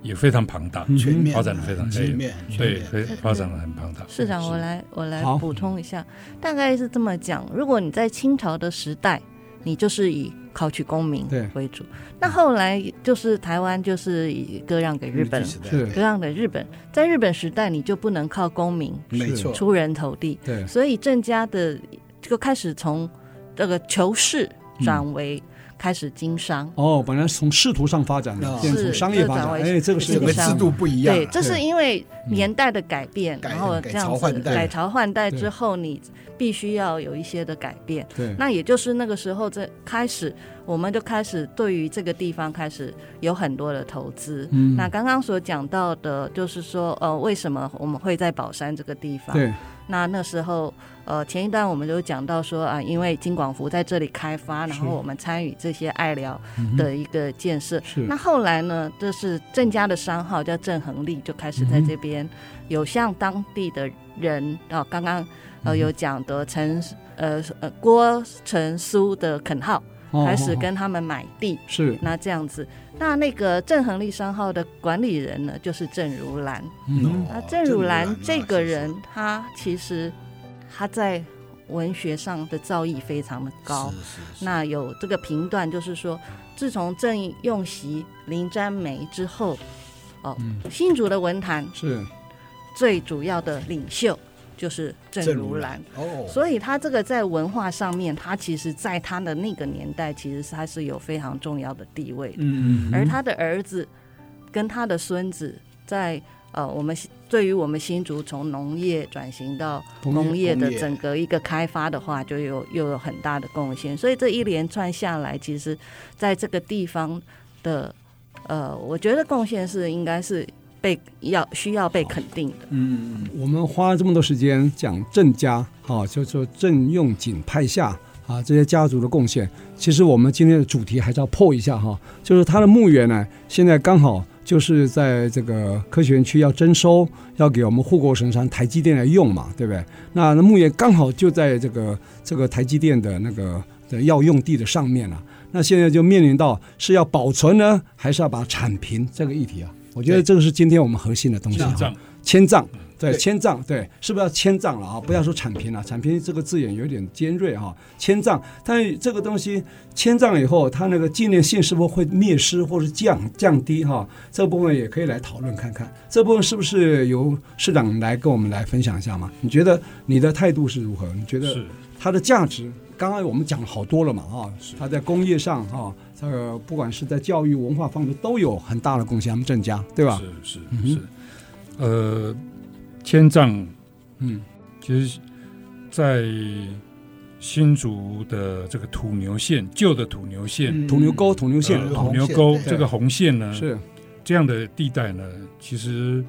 S3: 也非常庞大，
S2: 嗯
S1: 全面
S3: 发展得非常哎
S1: 全面，全
S3: 对，
S1: 面
S3: 非发展的很庞大。
S4: 市
S1: 嗯
S4: 长，
S3: 是
S4: 我来我来
S2: 好
S4: 补充一下，大概是这么讲：如果你在清朝的时代，你就是以考取功名
S2: 对
S4: 为主；那后来就是台湾就是以割让给日本，
S1: 时代
S2: 是
S4: 割让给日本。在日本时代，你就不能靠功名
S1: 没错，
S4: 出人头地，
S2: 对
S4: 所以郑家的就开始从这个求仕转为
S1: 嗯
S4: 开始经商。
S2: 哦，本来是从仕途上发展的，
S1: 啊
S2: 变成
S4: 是
S2: 商业发展，
S4: 这转为
S2: 哎，这个是
S1: 整个
S4: 这
S1: 制度不一样
S4: 对，
S1: 了，
S4: 这是
S2: 对
S4: 因为年代的改变，
S1: 改
S4: 然后这样
S1: 改朝换
S4: 子
S1: 代
S4: 改朝换代
S2: 对
S4: 之后，你必须要有一些的改变。
S2: 对，
S4: 那也就是那个时候，这开始我们就开始对于这个地方开始有很多的投资。
S2: 嗯
S4: 那刚刚所讲到的，就是说，呃，为什么我们会在宝山这个地方？
S2: 对
S4: 那那时候，呃，前一段我们就讲到说啊，因为金广福在这里开发，然后我们参与这些爱寮
S2: 嗯
S4: 的一个建设。
S2: 是
S4: 那后来呢，这是郑家的商号叫郑恒利，就开始在
S2: 嗯
S4: 这边有向当地的人哦，刚刚
S2: 嗯
S4: 呃有讲的陈呃呃郭陈苏的垦号，
S2: 哦
S4: 开始
S2: 哦
S4: 跟他们买地。
S2: 是
S4: 那这样子，那那个郑恒利商号的管理人呢，就是郑如兰。
S2: 嗯
S4: 那
S1: 哦
S4: 郑汝兰
S1: 啊
S4: 这个人
S1: 是是，
S4: 他其实他在文学上的造诣非常的高。
S1: 是是是
S4: 那有这个评断，就是说，自从郑用锡、林占梅之后，哦，
S1: 嗯
S4: 新竹的文坛
S2: 是
S4: 最主要的领袖就是郑
S1: 郑
S4: 如
S1: 如
S4: 兰
S1: 兰。哦，
S4: 所以他这个在文化上面，他其实在他的那个年代，其实是他是有非常重要的地位的。
S1: 嗯
S4: 而他的儿子跟他的孙子在呃，我们新对于我们新竹从农业转型到工业的
S1: 工业
S4: 整个一个开发的话，就有又有很大的贡献。所以这一连串下来，其实在这个地方的呃，我觉得贡献是应该是被要需要被肯定的。
S1: 嗯
S2: 我们花这么多时间讲郑家，啊，就说郑用景派下啊这些家族的贡献。其实我们今天的主题还是要破一下哈、就是他的墓园呢，现在刚好就是在这个科学园区要征收，要给我们护国神山台积电来用嘛，对不对？那那墓园刚好就在这个这个台积电的那个的要用地的上面啊。那现在就面临到是要保存呢，还是要把它铲平这个议题啊？我觉得
S1: 对
S2: 这个是今天我们核心的东西、
S3: 心
S2: 啊。
S3: 脏
S2: 迁葬对，
S1: 对
S2: 迁葬，对，是不是要迁葬了啊？不要说铲平了，铲平这个字眼有点尖锐哈、迁葬，但是这个东西迁葬以后，它那个纪念性是不是会灭失或是降降低哈、这部分也可以来讨论看看。这部分是不是由市长来跟我们来分享一下嘛？你觉得你的态度是如何？你觉得
S3: 是
S2: 它的价值，刚刚我们讲了好多了嘛，啊，它在工业上哈，呃，不管是在教育、文化方面都有很大的贡献，他们郑家，对吧？
S3: 是
S2: 嗯哼
S3: 是是，呃，迁葬
S2: 嗯，
S3: 其实，在新竹的这个土牛县，旧的土牛县、
S2: 土牛沟、土牛啊
S3: 呃
S2: 县，
S1: 嗯
S3: 土
S2: 好
S3: 牛
S1: 红线
S3: 沟
S1: 对
S3: 这个红线呢，
S2: 是
S3: 这样的地带呢，其实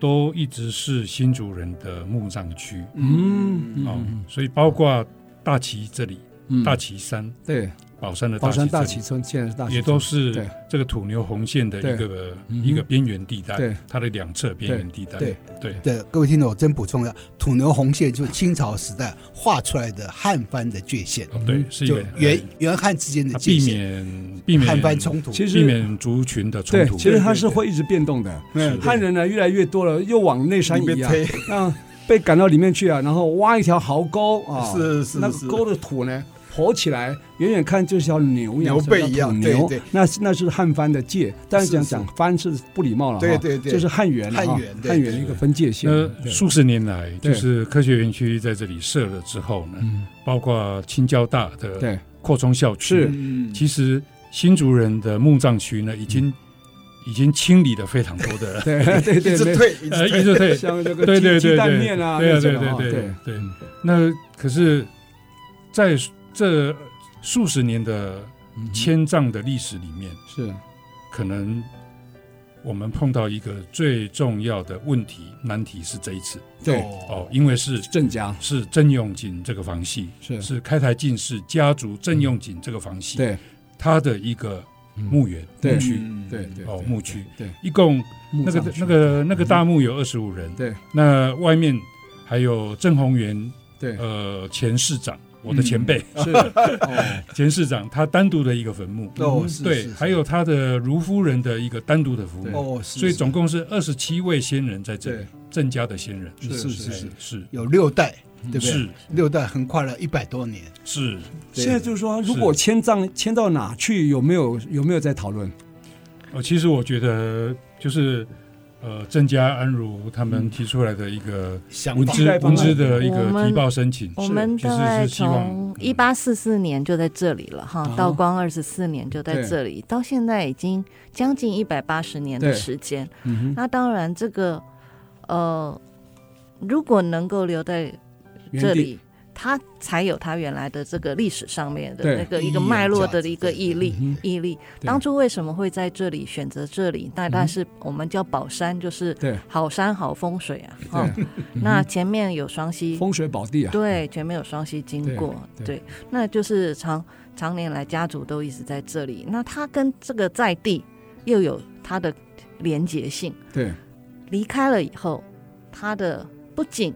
S3: 都一直是新竹人的墓葬区
S2: 嗯
S3: 哦
S2: 嗯，
S3: 所以包括大旗这里、
S2: 嗯
S3: 大旗山、
S2: 对，
S3: 宝山的
S2: 宝山大
S3: 大
S2: 旗
S3: 旗这
S2: 村现在是大
S3: 里，
S2: 旗
S3: 也都
S2: 村对
S3: 是这个土牛红线的一个
S2: 嗯哼嗯
S3: 一个边缘地
S1: 啊
S3: 带
S2: 对，
S3: 它的两侧边缘地带。
S1: 对
S3: 对
S1: 对，各位听众，我真补充一下，土牛红线就是清朝时代画出来的汉番的界限，
S3: 哦对，是一
S1: 就
S3: 个
S1: 原原汉之间的
S3: 它
S1: 界
S3: 避
S1: 限，
S2: 嗯
S3: 免避免
S1: 汉番冲突。
S2: 其
S3: 避
S2: 实
S3: 免族群的冲
S2: 对，
S3: 突。
S2: 其实它是会一直变动的。
S1: 嗯
S2: 汉人呢越来越多了，又往内山
S1: 里面
S2: 移啊
S1: 推，
S2: 那被赶到里面去啊，然后挖一条壕沟啊，
S1: 是是
S2: 那
S1: 是
S2: 个沟的土呢。活起来，远远看就像牛一样，
S1: 牛背一样
S2: 像土牛
S1: 对对
S2: 那是那是汉番的界，但是讲
S1: 是
S2: 讲番是不礼貌了哈，
S1: 对对对
S2: 就是汉源了哈
S1: 汉源对
S2: 汉源一个分界线，
S3: 那
S2: 对
S3: 数十年来，
S2: 对
S3: 就是科学园区在这里设了之后呢，
S2: 嗯
S3: 包括清交大的
S2: 对，
S3: 扩充校区，
S2: 是，
S1: 嗯
S3: 其实新竹人的墓葬区呢，已经、已经清理了非常多的
S2: 对对
S1: 一
S2: 对
S1: 直
S2: 对，
S1: 退，一
S3: 呃，
S1: 直退。
S3: 一直退，
S2: 像那个
S3: 对对
S2: 鸡鸡
S3: 对
S2: 蛋
S3: 对，
S2: 面啊，
S3: 对
S2: 那
S3: 啊
S2: 种
S3: 对对
S2: 啊对
S3: 对对，对。那可是，在这数十年的
S2: 嗯
S3: 迁葬的历史里面，
S2: 是
S3: 可能我们碰到一个最重要的问题难题是这一次
S2: 对
S3: 哦，因为是
S2: 郑家
S3: 是郑用锦这个房系，
S2: 是
S3: 是开台进士家族郑用锦这个房系，
S2: 对嗯
S3: 他的一个墓园
S2: 对
S3: 墓区
S1: 嗯
S2: 对对
S3: 哦
S2: 对
S3: 墓区，
S2: 对
S3: 一共
S2: 墓
S3: 那个
S2: 葬区
S3: 那个那个大墓有二十五人，
S2: 对
S3: 那外面还有郑宏源
S2: 对
S3: 呃前市长，我的前辈
S2: 是哦
S3: 前市长他单独的一个坟墓，
S1: 哦，是是，
S3: 对
S1: 是
S3: 还有他的卢夫人的一个单独的坟墓，
S1: 哦，是
S3: 所以
S1: 是
S3: 总共是二十七位先人在这里
S2: 对，
S3: 郑家的先人
S2: 是是是
S3: 哎是
S1: 有六代，对不对？
S3: 嗯是
S1: 六代横跨了一百多年，
S3: 是
S1: 对
S2: 现在就是说，如果迁葬迁到哪去，有没有有没有在讨论？
S3: 呃，其实我觉得就是呃，郑家安如他们提出来的一个
S1: 想
S3: 文
S1: 法
S3: 资
S2: 替代方
S3: 文
S2: 案
S3: 资的一
S4: 我
S3: 个
S4: 们
S3: 提报申请，
S4: 我们
S3: 其实
S4: 大概
S3: 是希
S4: 从
S3: 望
S4: 一八四四年就在这里了哈
S2: 啊，
S4: 道光二十四年就在
S2: 对
S4: 这里，到现在已经将近一百八十年的
S2: 对
S4: 时间。
S2: 嗯哼，
S4: 那当然，这个呃，如果能够留在这
S2: 原地
S4: 里，它才有它原来的这个历史上面的
S2: 对
S4: 那个
S1: 意义
S4: 一个
S1: 啊
S4: 脉络
S1: 价值
S4: 的一个
S1: 对
S4: 毅力
S2: 嗯哼
S4: 毅力。
S2: 对
S4: 当初为什么会在这里选择这里？那但是我们叫宝山，就是
S2: 对
S4: 好山好风水啊。哦，
S2: 对，
S4: 那前面有双溪，
S2: 风水宝地啊，
S4: 对，前面有双溪经过，
S2: 对
S4: 对，
S2: 对
S4: 那就是常常年来家族都一直在这里。那它跟这个在地又有它的连结性，
S2: 对
S4: 离开了以后，它的不仅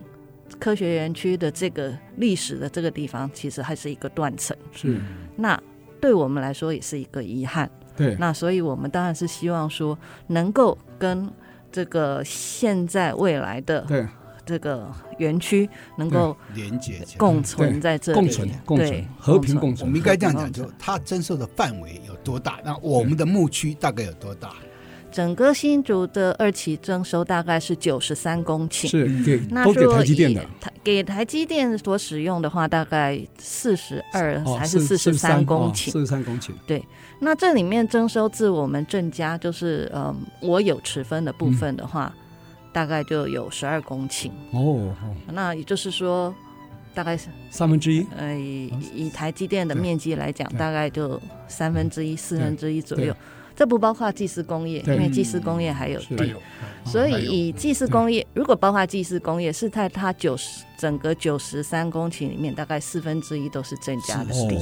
S4: 科学园区的这个历史的这个地方，其实还是一个断层。
S2: 是，
S3: 嗯
S4: 那对我们来说也是一个遗憾。
S2: 对
S4: 那所以我们当然是希望说，能够跟这个现在未来的
S2: 对
S4: 这个园区能够
S1: 连接起来。
S4: 共存在这里，
S2: 共存共存
S4: 对
S2: 和平共
S1: 我
S2: 存
S1: 们应该这样讲，
S4: 共
S1: 就
S4: 存
S1: 它征收的范围有多大？那我们的牧区大概有多大？
S4: 整个新竹的二期征收大概是九十三公顷，
S2: 是给
S4: 嗯那
S2: 都
S4: 如
S2: 给
S4: 果
S2: 台积电的
S4: 以，台给台积电所使用的话，大概四十二
S2: 哦
S4: 呃还是四十三公顷。
S2: 四十三公顷，
S4: 那这里面征收自我们郑家，就是嗯、我有持分的部分的话，
S2: 嗯
S4: 大概就有十二公顷。
S2: 哦，哦
S4: 那也就是说，大概是
S2: 三分之一，
S4: 呃以以台积电的
S2: 哦对
S4: 面积来讲，
S2: 对
S4: 大概就三分之一、四分之一左
S2: 对
S4: 右。这不包括技师工业，
S2: 对
S4: 因为技师工业还有
S2: 是
S3: 嗯
S2: 哦
S3: 还
S4: 地
S3: 有
S4: 所
S3: 还有
S4: 以以技师工业，如果包括技师工业，是在它九十整个九十三公顷里面，大概四分之一都是郑家的
S2: 是哦
S4: 地。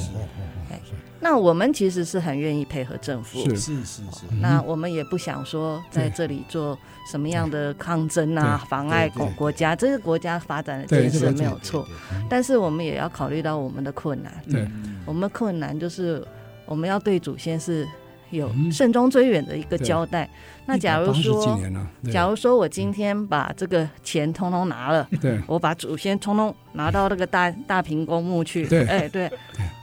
S4: 那我们其实是很愿意配合政府。
S2: 是
S1: 是是是，
S4: 那我们也不想说在
S2: 对
S4: 这里做什么样的抗争啊，妨碍
S1: 对对
S4: 国国家，这是国家发展的
S2: 对
S4: 建
S2: 这
S4: 设
S2: 个
S4: 没有错。但是我们也要考虑到我们的困难，
S2: 对
S4: 我们困难就是我们要对祖先是有
S2: 嗯
S4: 慎终追远的一个交代。那假如
S2: 180几
S4: 说，
S2: 年了，对
S4: 假如说我今天把这个钱通通拿了，
S2: 对
S4: 我把祖先通通拿到那个大大平公墓去，
S2: 对
S4: 哎对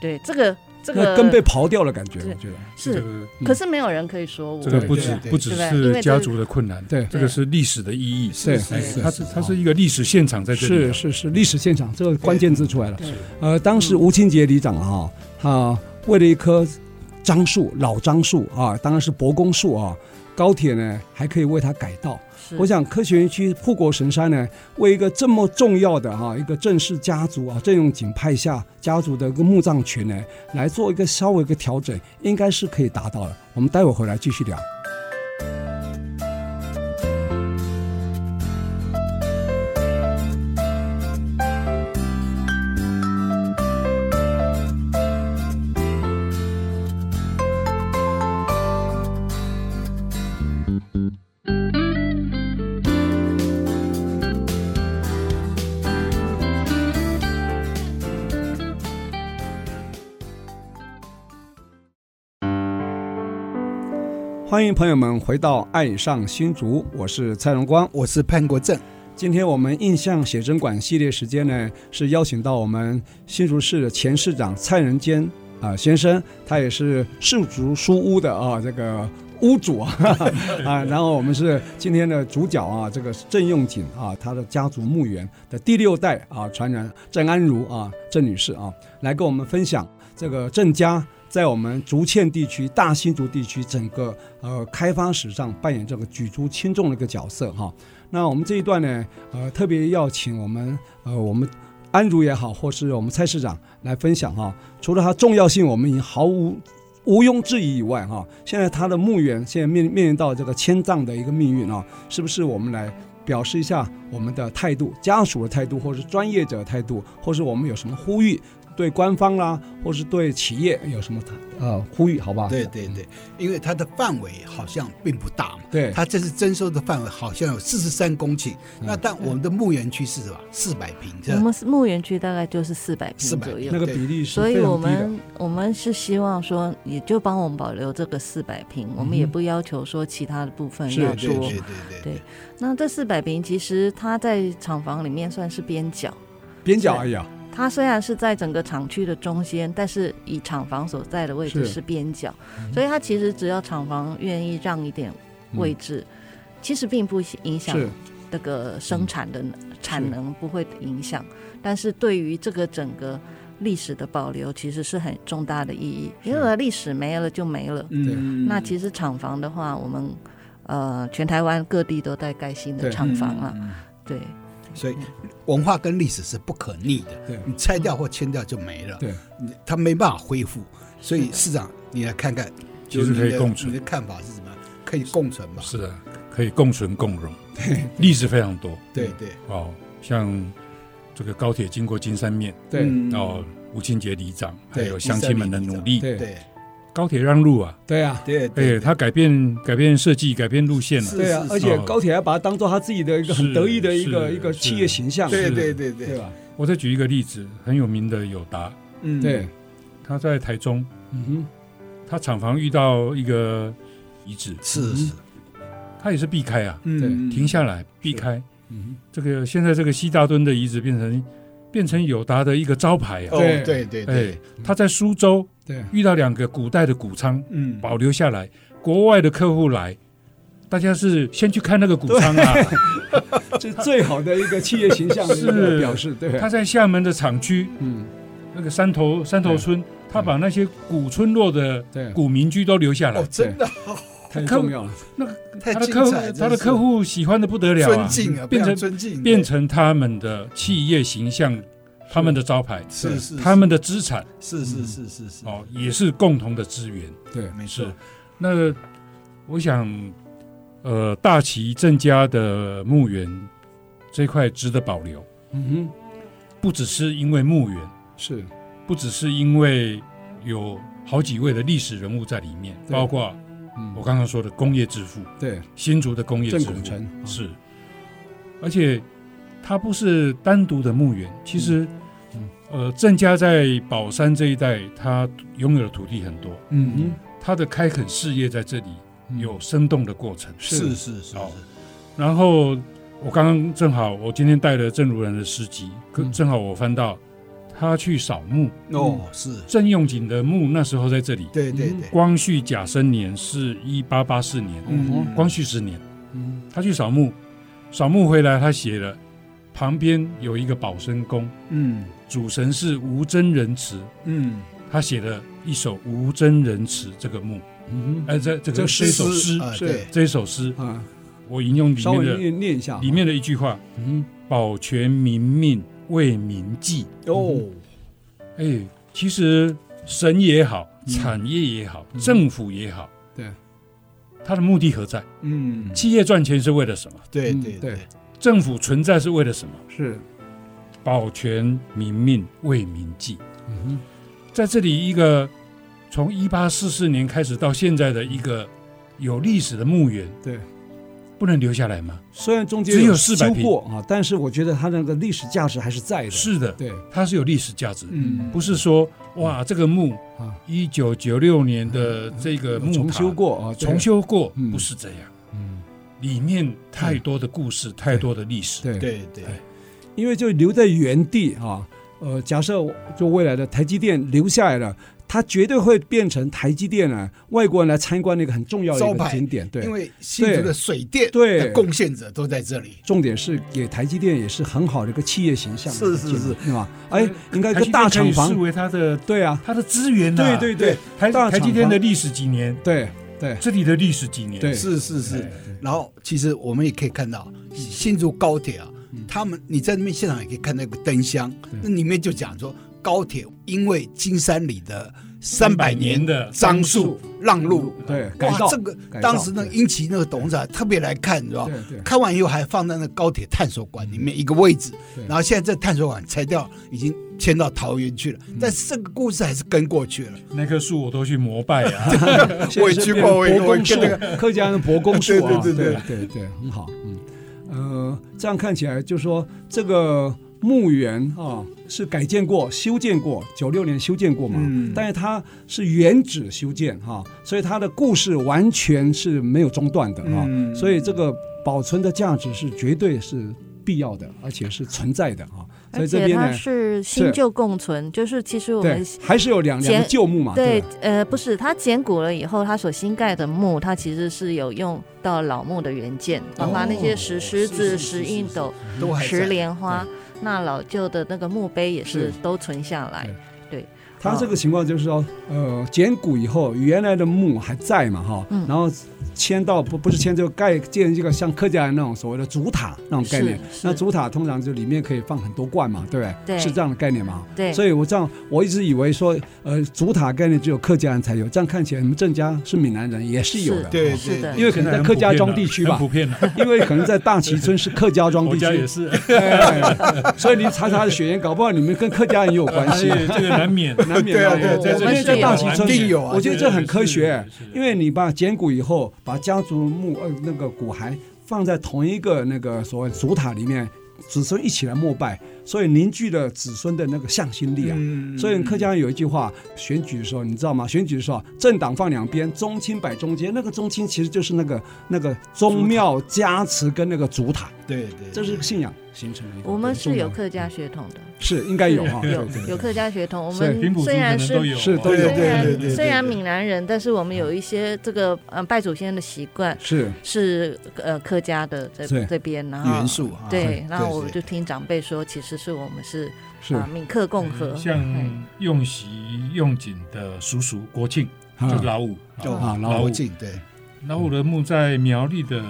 S4: 对，这个这
S2: 那
S4: 个
S2: 根被刨掉了感觉，我
S4: 对
S2: 觉得
S3: 这
S4: 是，
S3: 个
S4: 可是没有人可以说我
S3: 这。个不
S1: 对
S3: 只
S1: 对
S3: 不只
S4: 对因为
S3: 是
S4: 这
S3: 家族的困难，
S2: 对
S3: 这个是历史的意义，
S2: 对
S4: 是是
S3: 它是它是一个历史现场在这里
S2: 是
S3: 啊，哎
S2: 是是历史现场，这个关键字出来了。
S4: 对
S2: 呃，当时吴清杰里长啊，他为了一棵樟树，老樟树啊，当然是伯公树啊，高铁呢还可以为它改道。
S4: 是
S2: 我想科学园区护国神山呢，为一个这么重要的哈、一个正式家族啊，郑用景派下家族的一个墓葬群呢，来做一个稍微一个调整，应该是可以达到的。我们待会儿回来继续聊。欢迎朋友们回到《爱上新竹》，我是蔡荣光。
S1: 我是潘国正，
S2: 今天我们印象写真馆系列时间呢，是邀请到我们新竹市的前市长蔡仁坚啊、先生，他也是市竹书屋的啊这个屋主啊 啊，然后我们是今天的主角啊，这个是郑用景啊，他的家族墓园的第六代啊传人郑安如啊郑女士啊，来跟我们分享这个郑家。在我们竹堑地区、大新竹地区整个呃开发史上扮演这个举足轻重的一个角色哈、那我们这一段呢，呃，特别要请我们呃，我们安如也好，或是我们蔡市长来分享哈、除了它重要性，我们已经毫无毋庸置疑以外哈、现在它的墓园现在面面临到这个迁葬的一个命运啊，是不是我们来？表示一下我们的态度，家属的态度，或是专业者的态度，或是我们有什么呼吁，对官方啦、或是对企业有什么呃呼吁，好吧？
S1: 对对对，因为它的范围好像并不大嘛，
S2: 对，
S1: 它这次征收的范围好像有四十三公顷，
S2: 嗯
S1: 那但我们的墓园区是什么？四百平，这
S4: 我们是墓园区大概就是四百
S1: 400
S4: 平左右
S2: 那，个比例是
S4: 所以
S2: 非常
S4: 我
S2: 低的
S4: 们我们是希望说，也就帮我们保留这个四百平，我们也不要求说其他的部分
S2: 嗯是
S1: 对
S4: 要
S1: 对
S4: 多
S1: 对。对对
S4: 对那这四百平其实它在厂房里面算是边角，
S2: 边角而已啊，
S4: 它虽然是在整个厂区的中间，但是以厂房所在的位置
S2: 是嗯
S4: 是边角，所以它其实只要厂房愿意让一点位置，其实并不影响
S2: 嗯是
S4: 那个生产的产能不会影响，但是对于这个整个历史的保留，其实是很重大的意义。因为历史没了就没了。
S1: 嗯
S4: 那其实厂房的话，我们呃全台湾各地都在盖新的
S2: 对
S4: 厂房啊，对，嗯
S1: 所以文化跟历史是不可逆的，
S2: 对
S1: 你拆掉或迁掉就没了，
S2: 对。
S1: 你它没办法恢复。所以市长，你来看看，
S3: 其
S1: 就是
S3: 实可
S1: 你
S3: 以
S1: 的
S3: 共存
S1: 你的看法是什么？可以共存吧？
S3: 是的，可以共存共荣，历史非常多
S1: 对对
S3: 哦，像这个高铁经过金山面，
S2: 对
S1: 嗯
S3: 哦，吴清杰里长还
S1: 对
S3: 有乡亲们的努力，
S2: 对
S1: 对
S3: 高铁让路啊，
S2: 对啊，
S1: 对
S3: 哎，他改变改变设计，改变路线了
S1: 是，
S2: 对啊，而且高铁还把它当做他自己的一个很
S3: 是
S2: 得意的一个
S3: 是
S2: 一个企业形象，
S1: 对
S3: 是
S1: 对对对
S2: 对吧？
S3: 我再举一个例子，很有名的友达，
S1: 嗯
S2: 对，
S3: 他在台中，
S2: 嗯
S3: 他厂房遇到一个遗址，
S1: 是
S2: 嗯
S1: 是
S3: 他也是避开啊，
S2: 对
S1: 嗯
S3: 停下来避开。
S2: 哼，嗯
S3: 这个现在这个西大墩的遗址变成变成友达的一个招牌啊
S1: 哦，
S2: 对
S1: 对对
S3: 哎
S1: 对，，
S3: 他在苏州
S2: 哼，对，
S3: 遇到两个古代的谷仓，
S1: 嗯
S3: 保留下来，国外的客户来。大家是先去看那个谷仓啊，
S2: 这是最好的一个企业形象的一个
S3: 是
S2: 表示，对，
S3: 他在厦门的厂区
S2: 嗯，
S3: 那个山头山头村，他把那些古村落的
S2: 对，
S3: 古民居都留下
S1: 哦
S3: 来，，
S1: 真的哦
S2: 太重要了，
S1: 太
S3: 他的
S1: 精
S3: 客户
S1: 彩，
S3: 他的
S1: 真是
S3: 客户喜欢的不得了
S1: 尊，
S3: 啊
S1: 敬啊，
S3: 变
S1: 非
S3: 成
S1: 常尊敬，
S3: 变成他们的企业形象，他们的招牌，
S1: 是是
S3: 他们的资产
S1: 是是是是是
S3: 哦，也是共同的资源。
S2: 对，
S1: 没
S3: 是
S1: 错，
S3: 那我想，呃，大齐郑家的墓园这块值得保留，
S2: 嗯
S3: 不只是因为墓园，
S2: 哼，是
S3: 不只是因为有好几位的历史人物在里面，
S2: 对
S3: 包括
S2: 嗯
S3: 我刚刚说的工业之父
S2: 对，
S3: 新竹的工业之
S2: 郑
S3: 父
S2: 拱辰啊
S3: 是，而且它不是单独的墓园，其实
S2: 嗯。
S3: 呃，郑家在宝山这一带，它拥有的土地很多，
S2: 嗯哼，
S3: 它的开垦事业在这里
S2: 嗯
S3: 有生动的过程。
S1: 是是是
S3: 好然后我刚刚正好，我今天带了郑如人的诗集，可
S2: 嗯
S3: 正好我翻到他去扫墓，
S1: 是，哦
S3: 嗯
S1: 是，
S3: 郑用景的墓那时候在这里。
S1: 对对
S2: 嗯
S1: 对，
S3: 光绪甲申年是一八八四年，
S2: 嗯
S3: 光绪十年，
S2: 嗯
S3: 他去扫墓，扫墓回来他写了，旁边有一个保生宫，
S1: 嗯
S3: 主神是吴真仁慈，
S1: 嗯，
S3: 他写了一首《吴真仁慈》这个墓，
S2: 嗯
S3: 呃，这这
S2: 这
S3: 个
S2: 诗
S3: 这首诗，
S1: 啊
S2: 是
S1: 对，
S3: 这一首诗，
S2: 啊，
S3: 我引用里
S2: 稍
S3: 面
S2: 微啊
S3: 的
S2: 念念一下
S3: 里面的一句话：
S2: 嗯
S3: 保全民命，为民计。
S2: 哦，
S3: 哎，其实神也好，产业也好，政府也好，
S2: 嗯对，
S3: 它的目的何在？
S2: 嗯
S3: 企业赚钱是为了什么？
S1: 对
S2: 嗯
S1: 对
S2: 对
S1: 对，
S3: 政府存在是为了什么？
S2: 是
S3: 保全民命，为民计。
S2: 嗯
S3: 在这里，一个从一八四四年开始到现在的一个有历史的墓园，
S2: 对。
S3: 不能留下来吗？
S2: 虽然中间
S3: 只有
S2: 修
S3: 400平
S2: 过啊，但是我觉得它那个历史价值还是在的。，
S3: 是的，
S2: 对，
S3: 它是有历史价值，
S2: 嗯
S3: 不是说哇这个墓
S2: 啊，嗯
S3: 一九九六年的这个呃墓塔
S2: 重修过啊，对
S3: 重，修过
S2: 嗯，
S3: 不是这样，
S2: 嗯，
S3: 里面太多的故事，太多的历史，
S2: 对，
S1: 对对
S3: 哎
S2: 因为就留在原地啊，呃，假设就未来的台积电留下来了。它绝对会变成台积电啊，外国人来参观的一个很重要的一
S1: 招
S2: 个
S1: 牌
S2: 景点。对，
S1: 因为新竹的水电
S2: 对
S1: 的贡献者都在这里，
S2: 重点是给台积电也是很好的一个企业形象的
S1: 是
S2: 一
S1: 是
S2: 个建立
S1: 是，
S2: 对吧？哎，应该一
S3: 台
S2: 个
S3: 积电
S2: 大
S3: 可以
S2: 厂
S3: 视
S2: 房，
S3: 为它的
S2: 对啊，
S3: 它的资源
S2: 对
S3: 啊，
S2: 对对
S3: 台
S2: 大厂
S3: 台积电
S2: 房
S3: 的历史几年，
S2: 对对
S3: 这里的历史几年，
S2: 对
S1: 是是是
S3: 哎。
S1: 然后其实我们也可以看到新竹高铁啊，他们你在那边现场也可以看到有个灯箱，那里面就讲说高铁因为金山里的三百年
S3: 的
S1: 樟树让路。
S2: 对，改
S1: 哇
S2: 造，
S1: 这个
S2: 改造
S1: 当时那个英奇那个董事长特别来看，你知道吧
S2: 对对
S1: 看完以后还放在那高铁探索馆里面一个位置
S2: 对，
S1: 然后现在这探索馆拆掉，已经迁到桃园去了。但是这个故事还是跟过去了。
S3: 那棵树我都去膜拜 啊。
S1: 我也去过我也
S2: 博公
S1: 我也
S2: 树
S1: 跟，
S2: 客家人博公树 啊，
S1: 对对对
S2: 对对对，很好，嗯，呃，这样看起来就说这个墓园啊是改建过、修建过，九六年修建过嘛，
S1: 嗯
S2: 但是它是原址修建哈、所以它的故事完全是没有中断的啊，
S1: 嗯
S2: 所以这个保存的价值是绝对是必要的，而且是存在的啊，所
S4: 而
S2: 以这
S4: 且
S2: 边
S4: 它
S2: 呢，
S4: 是新旧共存，就是其实我
S2: 对
S4: 们，
S2: 还是有两两个
S4: 前
S2: 旧墓嘛，
S4: 对
S2: 吧，
S4: 呃，不是，它减古了以后，它所新盖的墓，它其实是有用到老墓的原件，包括那些石狮子、石印斗、
S1: 都还在
S4: 石莲花，那老旧的那个墓碑也是
S2: 是
S4: 都存下来。哦
S2: 他这个情况就是说，呃，减骨以后，原来的墓还在嘛，哈，
S4: 嗯
S2: 然后迁到不不是迁就盖建这个像客家人那种所谓的主塔那种概念。
S4: 是是
S2: 那主塔通常就里面可以放很多罐嘛，对不对？
S4: 对
S2: 是这样的概念嘛。
S4: 对
S2: 所以我这样我一直以为说，呃，主塔概念只有客家人才有，这样看起来你们郑家是闽南人也是有的，哦
S4: 是
S1: 对
S4: 是的
S1: 对，
S2: 因为可能在客家庄地区吧
S3: 很普遍了，啊
S2: 因为可能在大旗村是客家庄
S3: 我
S2: 地
S3: 家
S2: 区，
S3: 也是，
S2: 哎 所以你查查血缘，搞不好你们跟客家人也有关系。 啊
S3: 哎这个 难免。
S2: 难免
S1: 对
S2: 啊
S1: 啊对啊
S2: 我
S3: 这
S2: 我
S3: 里
S2: 们在大旗村
S1: 一定有啊
S2: 我觉得这很科学
S3: 是的是，的
S2: 因为你把简骨以后，把家族墓呃那个骨骸放在同一个那个所谓主塔里面，子孙一起来膜拜，所以凝聚了子孙的那个向心力啊。
S1: 嗯
S2: 所以客家人有一句话，选举的时候你知道吗？选举的时候，政党放两边，宗亲摆中间，那个宗亲其实就是那个那个宗庙加持跟那个主塔，
S1: 对对，
S2: 这是信仰形成的一个很重要的。
S4: 我们是有客家血统的，
S2: 是应该有啊哈，
S4: 是有
S2: 对对对
S4: 有客家血统。我
S2: 所以
S3: 平
S4: 们
S3: 埔族
S4: 虽
S3: 可
S4: 然
S3: 能
S4: 是
S3: 都有啊，
S2: 是都有
S1: 对
S4: 虽
S1: 对对对
S4: 然
S1: 对，
S4: 虽然
S1: 对
S4: 闽南人，但是我们有一些这个呃拜祖先的习惯
S2: 是
S4: 是呃客家的
S2: 对
S4: 这这边，然后
S1: 元素啊，
S4: 对，然后我们就
S1: 对
S4: 听长辈说，其实是我们是
S2: 是
S4: 啊，闽客共和，
S3: 像
S4: 哎
S3: 用喜用景的叔叔国庆，
S2: 啊
S3: 就是老五，
S1: 就
S2: 啊老
S3: 老
S1: 老
S3: 五
S1: 境对，
S3: 老五的墓在苗栗的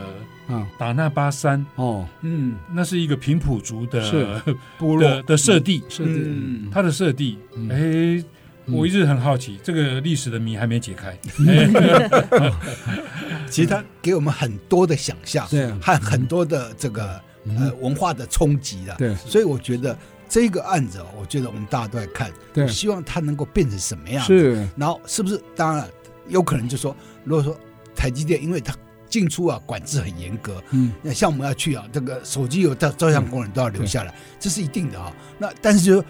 S2: 啊
S3: 打那巴山，
S2: 哦
S1: 嗯，
S3: 那是一个平埔族的
S2: 是
S1: 部落
S3: 的的设地，
S2: 是的
S1: 嗯
S3: 它的设地，哎。
S2: 嗯
S3: 我一直很好奇，这个历史的谜还没解开。
S1: 其实它给我们很多的想象，
S2: 对啊嗯
S1: 和很多的这个呃文化的冲击的，
S2: 对
S1: 所以我觉得这个案子哦，我觉得我们大家都在看，
S2: 对
S1: 希望它能够变成什么样，，
S2: 是
S1: 然后是不是？当然了，有可能就说，如果说台积电，因为它进出啊管制很严格，
S2: 嗯
S1: 那像我们要去啊，这个手机有照照相功能都要留下来，这是一定的啊。那但是就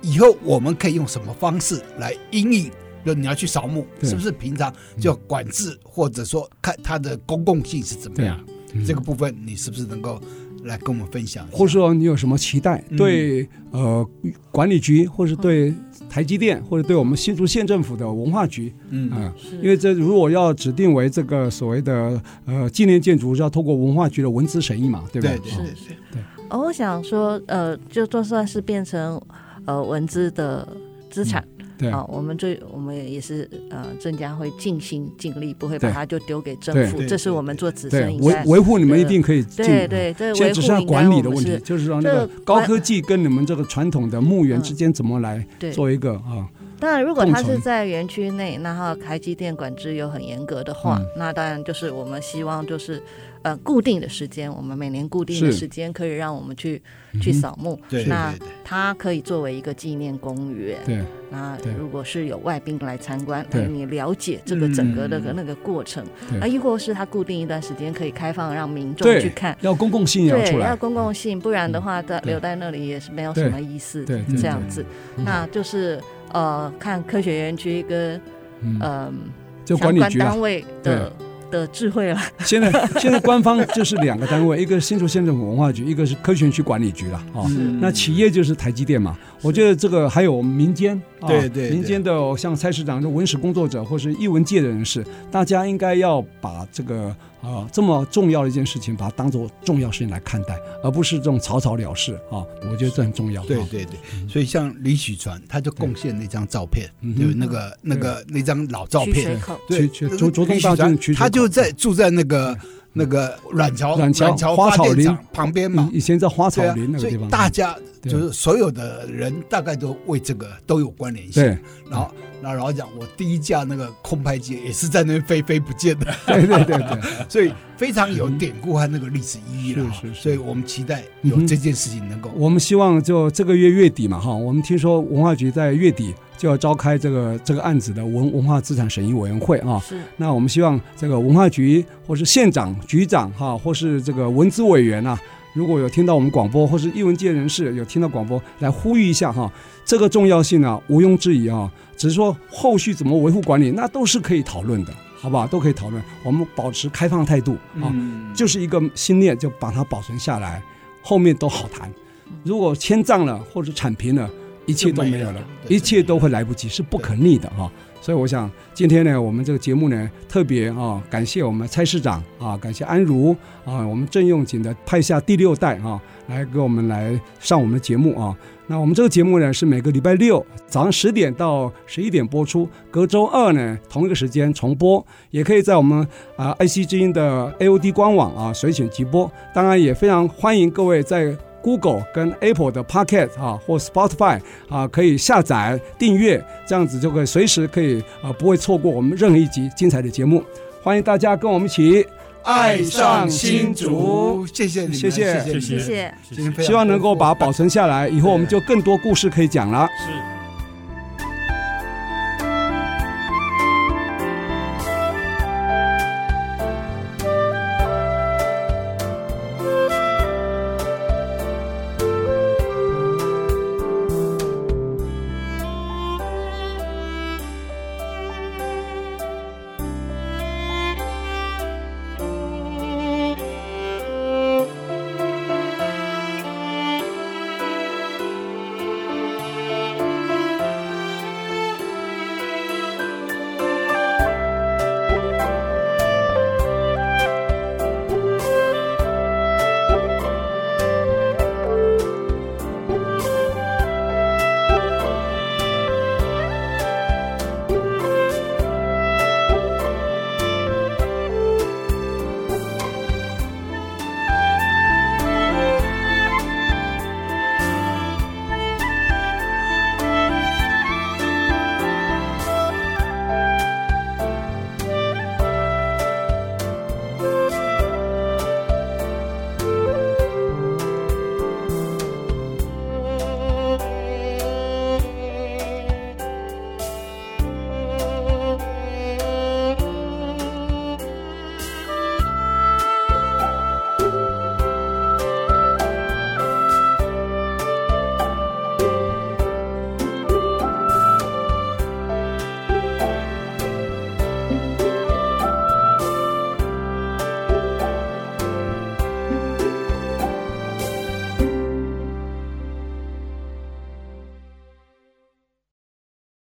S1: 以后我们可以用什么方式来应应就你要去扫墓，
S2: 对
S1: 是不是平常就要管制，或者说看它的公共性是怎么样？
S2: 啊
S1: 这个部分你是不是能够来跟我们分享一下？
S2: 嗯或是说你有什么期待
S1: 嗯
S2: 对呃管理局，或
S4: 嗯
S2: 是对台积电，或者对我们新竹县政府的文化局
S1: 嗯
S2: 啊、
S4: 是
S2: 因为这如果要指定为这个所谓的呃纪念建筑，是要透过文化局的文字审议嘛，对不
S1: 对
S2: 对？
S1: 对
S2: 哦
S1: 对对，
S4: 哦，我想说，呃，就就算是变成呃文资的资产。
S2: 嗯对
S4: 啊，我们最我们也是呃，郑家会尽心尽力，不会
S2: 对
S4: 把它就丢给政
S2: 对
S4: 府
S1: 对，
S4: 这是我们做子
S2: 对
S4: 孙，应
S2: 维
S4: 该。
S2: 维护你们一定可以进。
S4: 对对，这
S2: 现在
S4: 维
S2: 只
S4: 护
S2: 是要
S4: 应该
S2: 管理
S4: 我
S2: 的
S4: 们
S2: 问题
S4: 是，
S2: 就是让那个
S4: 这个
S2: 高
S4: 管
S2: 科技跟你们这个传统的墓园
S4: 嗯
S2: 之间怎么来
S4: 对。
S2: 做一个啊，
S4: 当然，如果它
S2: 共
S4: 是
S2: 存
S4: 在园区内，然后台积电管制又很严格的话，
S2: 嗯
S4: 那当然就是我们希望就是呃固定的时间，我们每年固定的
S2: 是嗯
S4: 时间可以让我们去去扫墓。
S1: 对
S4: 那
S1: 对对
S4: 它可以作为一个纪念公园。
S2: 对
S4: 那
S2: 对
S4: 如果是有外宾来参观，
S2: 对嗯
S4: 哎你了解这个整个的那个过程
S2: 对，
S4: 啊，亦或是它固定一段时间可以开放让民众去
S2: 对
S4: 看，，
S2: 要公共性也要出来嗯
S4: 要，公共性，不然的话，它
S2: 对
S4: 留在那里也是没有
S2: 对
S4: 什么意思。
S2: 对
S1: 嗯
S2: 对
S4: 这样子，
S2: 嗯
S4: 那就是呃，看科学园区跟
S2: 嗯，
S4: 嗯
S2: 就管
S4: 相
S2: 理
S4: 关
S2: 局啊
S4: 单，位的的智慧了。
S2: 现在现在官方就是两个单位，一个新竹县政府文化局，一个是科学园区管理局了啊。哦
S1: 嗯
S2: 那企业就是台积电嘛，我觉得这个还有民间，啊
S1: 对对对
S2: 民间的像蔡市长这文史工作者或是艺文界的人士，大家应该要把这个啊这么重要的一件事情，把它当做重要事情来看待，而不是这种草草了事啊。我觉得这很重要。
S1: 对
S2: 啊
S1: 对对，所以像李许传，他就贡献那张照片，
S2: 嗯
S1: 对
S2: 哼
S1: 那个那个那张老照
S4: 取
S1: 片
S4: 水，口，
S1: 对，
S2: 去去
S1: 那
S2: 竹竹东大
S1: 李
S2: 圳
S1: 许
S2: 去
S1: 传他就在住在那个那个阮桥
S2: 嗯阮桥
S1: 桥
S2: 花
S1: 发
S2: 草
S1: 电
S2: 林
S1: 厂旁边嘛，
S2: 以以前在花草
S1: 对啊
S2: 林那
S1: 所
S2: 个地
S1: 以
S2: 方，嗯
S1: 大家
S2: 对
S1: 就是所有的人大概都为这个都有关联性。
S2: 对嗯
S1: 然后，然后然后讲我第一架那个空拍机也是在那边飞飞不见的，
S2: 对对对对， 嗯
S1: 所以非常有典故和那个历史意义了哈。
S2: 是是嗯是
S1: 所以我们期待有这件事情能够
S2: 我们希望就这个月月底嘛，哈，我们听说文化局在月底就要召开这个这个案子的文文化资产审议委员会啊。
S4: 是
S2: 那我们希望这个文化局或是县长、局长哈、或是这个文资委员啊，如果有听到我们广播，或是艺文界人士有听到广播，来呼吁一下哈、这个重要性啊，毋庸置疑啊。只是说后续怎么维护管理，那都是可以讨论的，好不好？都可以讨论。我们保持开放态度啊。
S1: 嗯
S2: 就是一个心念，就把它保存下来，后面都好谈。如果迁葬了或者铲平了，一切都没有
S1: 就没
S2: 了
S1: 了，对
S2: 一切都会来不及，是不可逆的哈、啊所以我想，今天呢，我们这个节目呢，特别啊，感谢我们蔡市长啊，感谢安如啊，我们郑用锦的派下第六代啊，来给我们来上我们的节目啊。那我们这个节目呢，是每个礼拜六早上十点到十一点播出，隔周二呢同一个时间重播，也可以在我们啊、IC 之音的 AOD 官网啊随选直播。当然也非常欢迎各位在 Google 跟 Apple 的 Pocket 啊或 Spotify 啊可以下载订阅，这样子就可以随时可以啊不会错过我们任何一集精彩的节目。欢迎大家跟我们一起，
S1: 爱上新竹，谢谢你们，
S2: 谢
S1: 谢
S2: 谢
S3: 谢
S1: 你们
S4: 谢
S3: 谢
S1: 今天非常
S2: 希望能够
S1: 丰富
S2: 把它保存下来，以后我们就更多故事可以讲了。
S3: 是。